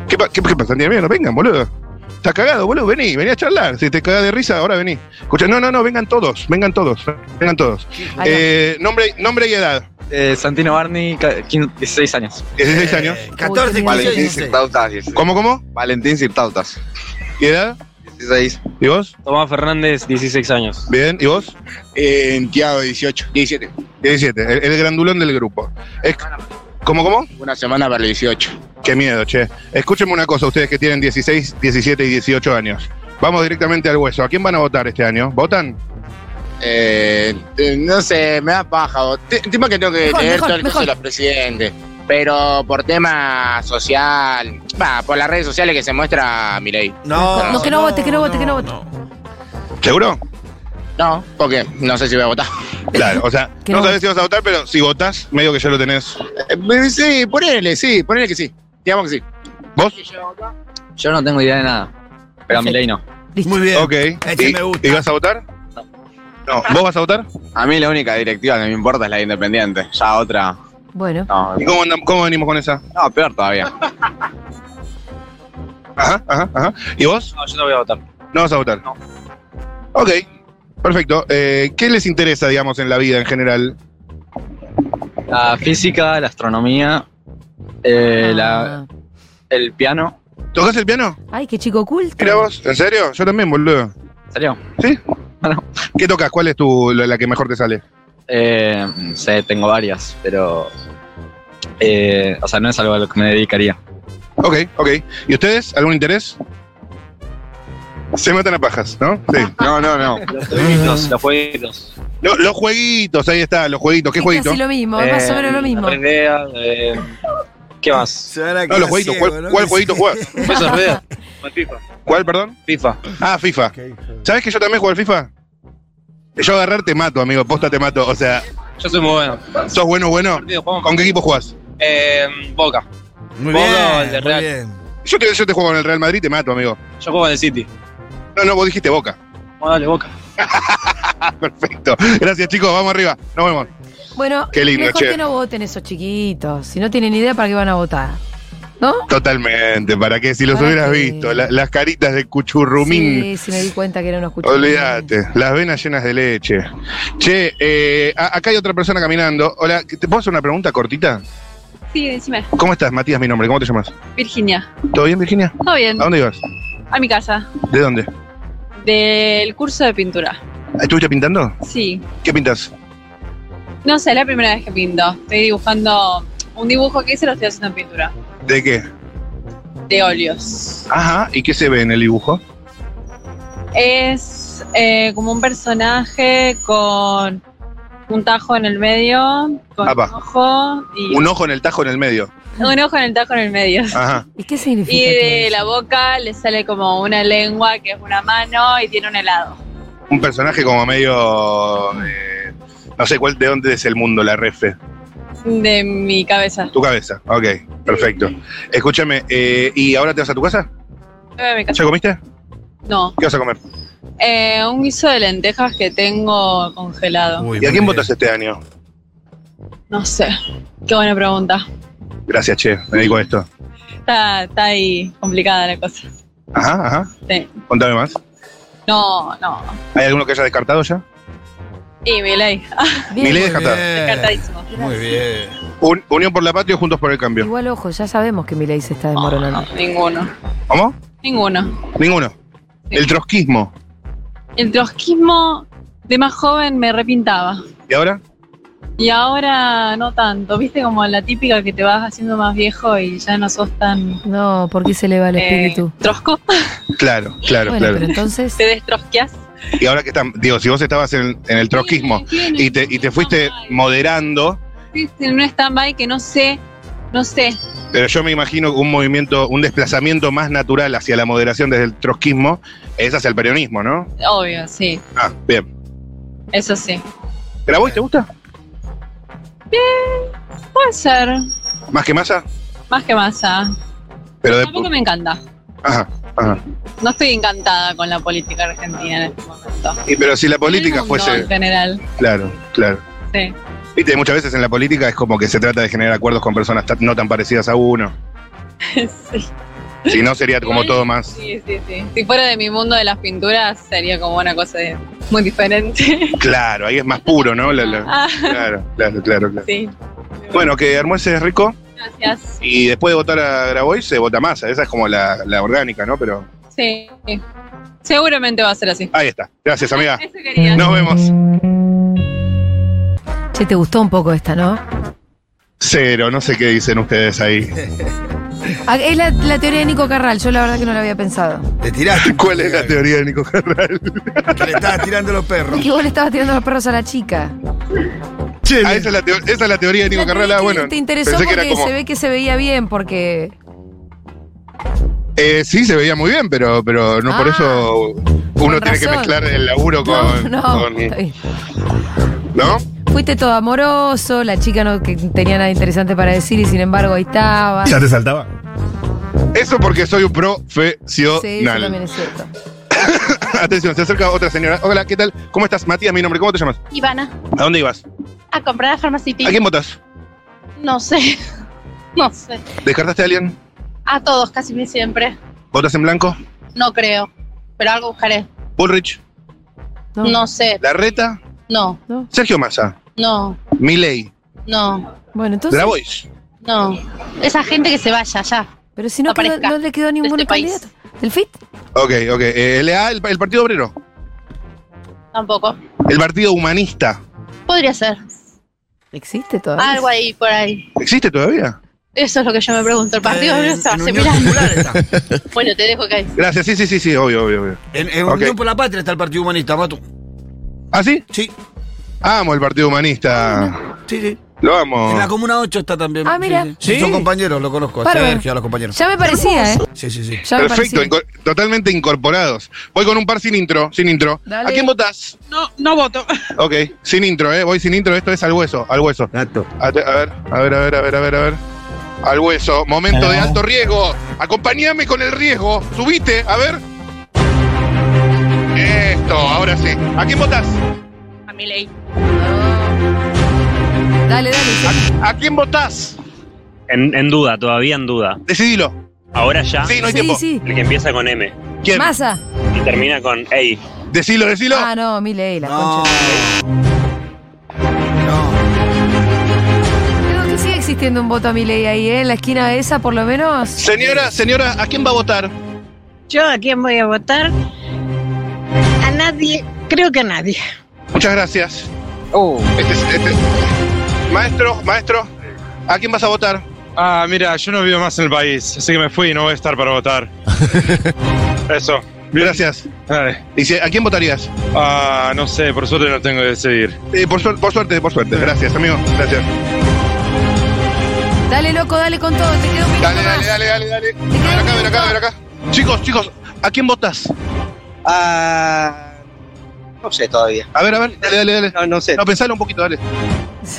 Q: ¿Qué, pa- qué, qué pasa? Tiene miedo, vengan, boludo. Estás cagado, boludo, vení, vení a charlar. Si te cagas de risa, ahora vení. Escucha, no, no, no, vengan todos, vengan todos, vengan todos.
E: Ahí va.
Q: Eh, nombre, nombre y edad.
E: Eh, Santino Barney, ca- 15, 16 años.
Q: 16 años.
B: Eh,
E: 14, Valentín Cirtautas. 16.
Q: ¿Cómo, cómo?
E: Valentín Cirtautas.
Q: ¿Y edad?
E: 16.
Q: ¿Y vos?
E: Tomás Fernández, 16 años.
Q: Bien, ¿y vos?
E: Eh, Tiago, 18.
Q: 17. 17, el, el grandulón del grupo. Es- ¿Cómo, cómo? Una semana para el 18. Qué miedo, che. Escúchenme una cosa, ustedes que tienen 16, 17 y 18 años. Vamos directamente al hueso. ¿A quién van a votar este año? ¿Votan?
F: Eh, eh, no sé, me da paja. o- te- Tema que tengo que
E: Mejor,
F: leer
E: mejor,
F: todo el curso
E: mejor.
F: de los presidentes. Pero por tema social, va, por las redes sociales que se muestra Mirei.
A: No, que no, vote, que no vote, que no vote.
Q: ¿Seguro?
F: No, porque no sé si voy a votar.
Q: Claro, o sea, no sabes si vas a votar, pero si votas, medio que ya lo tenés.
F: Eh, Sí, ponele, sí, ponele que sí. Digamos que sí.
Q: ¿Vos?
E: Yo no tengo idea de nada. Pero a Milei no.
B: Muy bien.
E: Ok.
B: Este me gusta.
E: ¿Y
Q: vas a votar? No. ¿Vos vas a votar?
E: A mí la única directiva que me importa es la de independiente. Ya otra.
A: Bueno.
E: No.
Q: ¿Y cómo, andam- cómo venimos con esa?
E: No, peor todavía.
Q: Ajá, ajá, ajá. ¿Y vos?
E: No, yo no voy a votar.
Q: No vas a votar. No. Ok, perfecto. Eh, ¿Qué les interesa, digamos, en la vida en general?
E: La física, la astronomía, eh,
A: Ah.
E: la, el piano.
Q: ¿Tocas el piano?
A: Ay, qué chico culto.
Q: Mira vos, ¿en serio? Yo también, boludo.
E: ¿En serio?
Q: ¿Sí? ¿Qué tocas? ¿Cuál es tu, la la que mejor te sale?
E: Eh, no sé, tengo varias, pero. eh, o sea, no es algo a lo que me dedicaría.
Q: Ok, ok. ¿Y ustedes? ¿Algún interés? Se matan a pajas, ¿no? Sí.
E: No, no, no. Los jueguitos, los jueguitos.
Q: Lo- los jueguitos, ahí está, los jueguitos. ¿Qué jueguito?
A: casi lo mismo, es
E: Eh,
A: más o menos lo mismo.
E: Idea, eh, ¿Qué más?
Q: No, los jueguitos. ¿Cuál, cuál jueguito juegas?
E: Pesos, ruedas.
Q: ¿Cuál, perdón?
E: FIFA.
Q: Ah, FIFA. ¿Sabes que yo también juego al FIFA? Yo agarrar te mato, amigo. Posta te mato. O sea,
E: Yo soy muy bueno.
Q: ¿sos bueno, bueno?
E: Partido, jugamos.
Q: ¿Con qué equipo jugás?
C: Eh, Boca.
Q: Muy
C: Boca
Q: bien,
C: o el de
Q: muy
C: Real.
Q: Yo te, yo te juego en el Real Madrid, te mato, amigo.
C: Yo juego en el City.
Q: No, no, vos dijiste boca.
E: Ah,
C: Bueno, dale, Boca.
Q: Perfecto. Gracias, chicos. Vamos arriba. Nos vemos.
A: Bueno,
Q: Qué lindo,
A: mejor
Q: che.
A: que no voten esos chiquitos. Si no tienen idea, ¿para qué van a votar? ¿No?
Q: Totalmente. ¿Para qué? Si los
A: ¿Para
Q: hubieras
A: qué?
Q: visto, la- las caritas de cuchurrumín.
A: Sí, sí me di cuenta que no nos escuchaban.
Q: Olvídate, las venas llenas de leche. Che, eh, a- acá hay otra persona caminando. Hola, ¿te puedo hacer una pregunta cortita?
W: Sí, decime.
Q: ¿Cómo estás, Matías, mi nombre? ¿Cómo te llamas?
W: Virginia.
Q: ¿Todo bien, Virginia?
W: ¿Todo bien?
Q: ¿A dónde ibas?
W: A mi casa.
Q: ¿De dónde?
W: Del curso de pintura.
Q: ¿Estuviste pintando?
W: Sí.
Q: ¿Qué pintas?
W: No sé, es la primera vez que pinto. Estoy dibujando un dibujo que hice, lo estoy haciendo en pintura.
Q: ¿De qué?
W: De óleos.
Q: Ajá, ¿y qué se ve en el dibujo?
W: Es eh, como un personaje con un tajo en el medio, con
Q: Apa.
W: un ojo y
Q: Un ojo en el tajo en el medio.
W: un ojo en el tajo en el medio.
Q: Ajá.
A: ¿Y qué significa?
W: Y de la boca le sale como una lengua que es una mano y tiene un helado.
Q: Un personaje como medio. eh, no sé cuál de dónde es el mundo, la refe.
W: De mi cabeza.
Q: Tu cabeza. Ok, perfecto. Escúchame, eh, ¿y ahora te vas a tu casa?
W: Me voy a mi casa.
Q: ¿Ya comiste?
W: No.
Q: ¿Qué vas a comer?
W: Eh, un guiso de lentejas que tengo congelado.
Q: ¿Y a quién votas este año?
W: No sé. Qué buena pregunta.
Q: Gracias, che, me dedico a esto.
W: Está, está ahí complicada la cosa.
Q: Ajá, ajá.
W: Sí.
Q: Contame más.
W: No, no.
Q: ¿Hay alguno que haya descartado ya?
W: Y Milei.
Q: Milei descartado.
B: Eh.
W: Descartadísimo.
Q: Muy bien. Unión por la Patria, Juntos por el Cambio.
A: Igual, ojo, ya sabemos que Milei se está desmoronando.
W: Ninguno.
Q: ¿Cómo?
W: Ninguno.
Q: Ninguno. El trotskismo.
W: El trotskismo de más joven me repintaba.
Q: ¿Y ahora?
W: Y ahora no tanto. Viste como la típica que te vas haciendo más viejo y ya no sos tan.
A: No, ¿por qué se eleva el
W: Eh,
A: espíritu?
W: Trosco.
Q: Claro, claro,
A: Bueno,
Q: claro.
A: pero entonces.
W: Te destrosqueas.
Q: Y ahora que están, digo, si vos estabas en, en el trotskismo y te, y te fuiste moderando,
W: En un stand-by que no sé. No sé.
Q: pero yo me imagino un movimiento, un desplazamiento más natural hacia la moderación desde el trotskismo es hacia el peronismo, ¿no?
W: Obvio, sí.
Q: Ah, bien.
W: Eso sí.
Q: ¿Pero a vos te gusta?
W: Puede ser.
Q: ¿Más que masa?
W: Más ah. que masa.
Q: Pero de,
W: Tampoco me encanta.
Q: ajá, ajá.
W: No estoy encantada con la política argentina en este momento.
Q: Y, pero si la política
W: No,
Q: fuese...
W: en general.
Q: Claro, claro.
W: Sí.
Q: Viste, muchas veces en la política es como que se trata de generar acuerdos con personas ta- no tan parecidas a uno.
W: sí.
Q: Si no, sería como todo más.
W: Sí, sí, sí. Si fuera de mi mundo de las pinturas, sería como una cosa de- muy diferente.
Q: Claro, ahí es más puro, ¿no? La- la-
W: Ah.
Q: claro, claro, claro. claro.
W: sí,
Q: Bueno, que Hermoese es rico
W: gracias.
Q: y después de votar a Grabois se vota Massa. Esa es como la, la orgánica, ¿no? Pero
W: Sí. Seguramente va a ser así.
Q: ahí está. Gracias,
X: Ah.
Q: amiga.
W: Eso quería.
Q: Nos vemos.
A: Che, te gustó un poco esta, ¿no?
Q: Cero, no sé qué dicen ustedes ahí.
A: Ah, Es la, la teoría de Nico Carral, yo la verdad que no la había pensado.
B: Te tiraste.
Q: ¿Cuál es la teoría de Nico Carral?
B: Que le estabas tirando los perros.
A: Que vos le estabas tirando los perros a la chica.
Q: Ah, esa, es la teo- esa es la teoría de Nico Carral. Ah, bueno,
A: Te interesó
Q: pensé que
A: porque
Q: era como.
A: se ve que se veía bien, porque.
Q: Eh, sí, se veía muy bien, pero, pero no por
A: Ah,
Q: eso uno tiene que
A: razón.
Q: mezclar el laburo con.
A: no,
Q: con-
A: está bien.
Q: ¿No?
A: Fuiste todo amoroso, la chica no que tenía nada interesante para decir y sin embargo ahí estaba.
Q: te saltaba? Eso porque soy un profesional.
A: Sí, eso también es cierto.
Q: Atención, se acerca otra señora. Hola, ¿qué tal? ¿Cómo estás? Matías, mi nombre. ¿Cómo te llamas?
W: Ivana,
Q: ¿A dónde ibas?
W: a comprar a Pharmacity.
Q: ¿A quién votas?
W: No sé. No sé.
Q: ¿Descartaste a alguien?
W: A todos, casi siempre.
Q: ¿Votas en blanco?
W: No creo. Pero algo buscaré.
Q: ¿Bullrich?
W: No, sé.
Q: ¿Larreta?
W: No,
Q: ¿Sergio Massa?
W: no,
Q: ¿Miley?
W: no,
A: Bueno, entonces.
Q: ¿Grabois?
W: no. Esa gente que se vaya ya.
A: Pero si no, quedó- no le quedó ningún
W: este
A: candidato. ¿El FIT?
Q: Ok, ok. Eh, LA, el, el Partido Obrero.
W: Tampoco.
Q: El Partido Humanista.
W: Podría ser.
A: ¿Existe todavía?
W: Algo ahí por ahí.
Q: ¿Existe todavía?
W: Eso es lo que yo me pregunto. El partido
X: Eh,
W: no se va Bueno, te dejo caer.
Q: Gracias, sí, sí, sí, sí, obvio, obvio, obvio.
B: En, en
Q: Ok.
B: Unión por la Patria está el Partido Humanista, Matu.
Q: ¿Ah, sí?
B: Sí.
Q: Amo el Partido Humanista.
B: Sí, sí.
Q: Lo amo.
B: En la Comuna 8 está también.
A: Ah, mira.
B: Sí, sí. Sí, Son compañeros, lo conozco. A
A: Bárbaro.
B: Sergio, a los compañeros.
A: Ya me parecía, ¿eh?
B: Sí, sí, sí.
A: Ya me
Q: Perfecto,
A: parecía.
Q: inco- totalmente incorporados. Voy con un par sin intro, sin intro.
A: Dale.
Q: ¿A quién votás?
W: No, no voto.
Q: Ok, sin intro, eh. Voy sin intro, esto es al hueso, al hueso. A, te- a ver, a ver, a ver, a ver, a ver, a ver. al hueso. Momento de alto riesgo. Acompáñame con el riesgo. Subite, a ver. Esto, ahora sí. ¿A quién votás?
U: A mi ley.
A: Dale, dale.
Q: ¿A, quién votás?
G: En, en duda, todavía en duda.
Q: Decidilo.
G: Ahora ya.
Q: Sí, no hay Sí, tiempo. sí.
G: El que empieza con M.
Q: ¿Quién?
A: Masa.
G: Y termina con EI.
Q: Decilo, decilo.
A: Ah, no, mi ley, la concha. Creo que sigue existiendo un voto a mi ley ahí, ¿eh? En la esquina esa, por lo menos.
Q: Señora, señora, ¿a quién va a votar?
H: Yo a quién voy a votar. A nadie, creo que a nadie.
Q: Muchas gracias. Este es- este- Maestro, maestro, ¿a quién vas a votar?
K: Ah, mira, yo no vivo más en el país, así que me fui y no voy a estar para votar. Eso.
Q: Gracias. ¿Y si- a quién votarías?
K: Ah, no sé, por suerte no tengo que decidir.
Q: Eh, por, suer- por suerte, por suerte. Gracias, amigo. Gracias.
A: Dale, loco, dale con todo. Te quedo un minuto
Q: Dale, dale,
A: más.
Q: dale, dale, dale. Ven acá, ven acá, ven acá. Chicos, chicos, ¿a quién votas?
X: Ah, no sé todavía.
Q: A ver, a ver, dale, dale, dale.
X: No, no sé.
Q: No, pensalo un poquito, dale. Ah,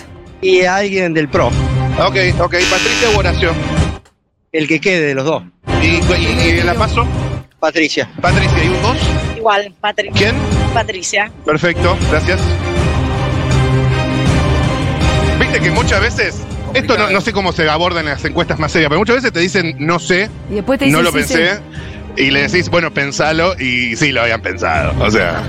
X: Y a alguien del pro.
Q: Ok, ok, Patricia o Horacio.
X: El que quede de los dos.
Q: ¿Y, y- y la paso?
X: Patricia.
Q: Patricia, ¿y un dos?
H: Igual, Patricia.
Q: ¿Quién?
H: Patricia.
Q: Perfecto, gracias. Viste que muchas veces, esto no, no sé cómo se aborda en las encuestas más serias, pero muchas veces te dicen no sé,
A: Y después te
Q: no
A: dicen,
Q: lo
A: sí,
Q: pensé, ¿eh?
A: sí.
Q: y le decís, bueno, pensalo, y sí lo habían pensado. O sea,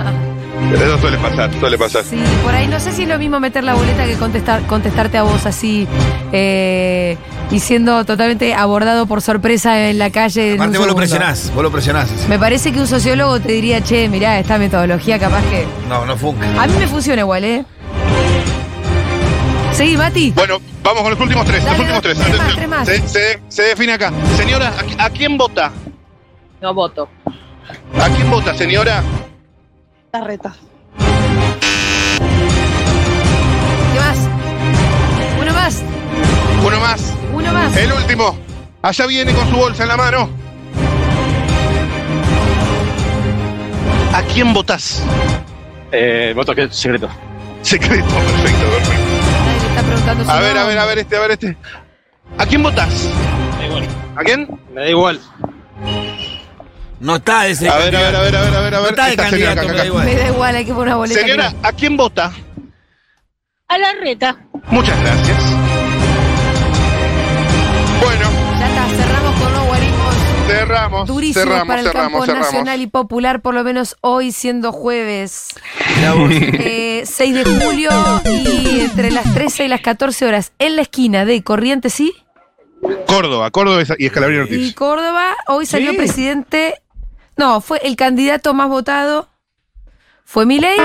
Q: eso suele pasar, suele pasar.
A: Sí, por ahí no sé si es lo mismo meter la boleta que contestar, contestarte a vos así eh, y siendo totalmente abordado por sorpresa en la calle. en
B: Aparte
A: un
B: vos lo
A: segundo.
B: presionás, vos lo presionás.
A: Me parece que un sociólogo te diría, che, mirá, esta metodología capaz que.
B: No, no funca.
A: A mí me funciona igual, ¿eh? Seguí, Mati.
Q: Bueno, vamos con los últimos tres, los últimos tres.
A: tres más,
Q: Atención.
A: tres más.
Q: Se, se- se define acá. Señora, ¿a qui- ¿a, quién vota?
W: No voto.
Q: ¿A quién vota, señora?
W: Tarreta.
A: ¿Qué más? Uno más,
Q: Uno más.
A: uno más.
Q: El último. Allá viene con su bolsa en la mano. ¿A quién votás?
C: Eh, voto que- secreto.
Q: Secreto, perfecto, perfecto.
A: Nadie le está preguntando si
Q: A ver,
A: no.
Q: a ver, a ver este, a ver este. ¿A quién votás? ¿A quién?
C: Me da igual.
B: No está ese.
Q: A ver, a ver, a ver, a ver, a ver, a
B: No
Q: ver.
B: está de
Q: Esta señora
B: candidato,
Q: acá,
B: me
Q: acá.
B: da igual.
A: Me da igual, hay que poner una boleta.
Q: Señora, ¿a quién vota?
H: A la reta.
Q: Muchas gracias. Bueno,
A: Ya está, cerramos con los guarismos
Q: cerramos,
A: durísimos
Q: cerramos,
A: para el campo
Q: cerramos, cerramos.
A: nacional y popular, por lo menos hoy siendo jueves.
B: Mirá vos.
A: Eh, 6 de julio y entre las 13 y las 14 horas en la esquina de Corrientes sí
Q: Córdoba, Córdoba y Escalabrín
A: y
Q: Ortiz.
A: Córdoba. Hoy salió
Q: Sí.
A: presidente. No, fue el candidato más votado. Fue Milei.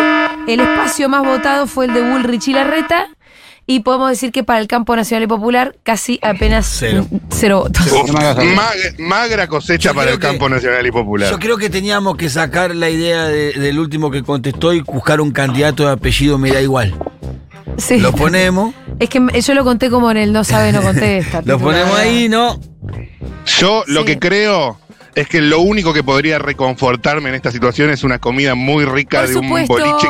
A: El espacio más votado fue el de Bullrich y Larreta. Y podemos decir que para el campo nacional y popular casi apenas
B: Cero.
A: cero votos.
Q: Uf, mag- magra cosecha para el campo nacional y popular.
B: Yo creo que teníamos que sacar la idea de- del último que contestó y buscar un candidato de apellido me da igual.
A: Sí.
B: Lo ponemos,
A: Es que yo lo conté como en el no sabe, no contesta.
B: lo ponemos ahí, ¿no?
Q: Yo lo
A: Sí.
Q: que creo es que lo único que podría reconfortarme en esta situación es una comida muy rica
A: Por
Q: de un
A: supuesto.
Q: boliche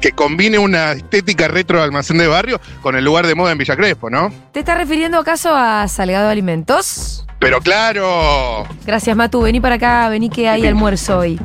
Q: que, que combine una estética retro de almacén de barrio con el lugar de moda en Villa Crespo, ¿no?
A: ¿Te estás refiriendo acaso a Salgado Alimentos?
Q: Pero claro.
A: Gracias, Matu. Vení para acá, vení que hay almuerzo hoy.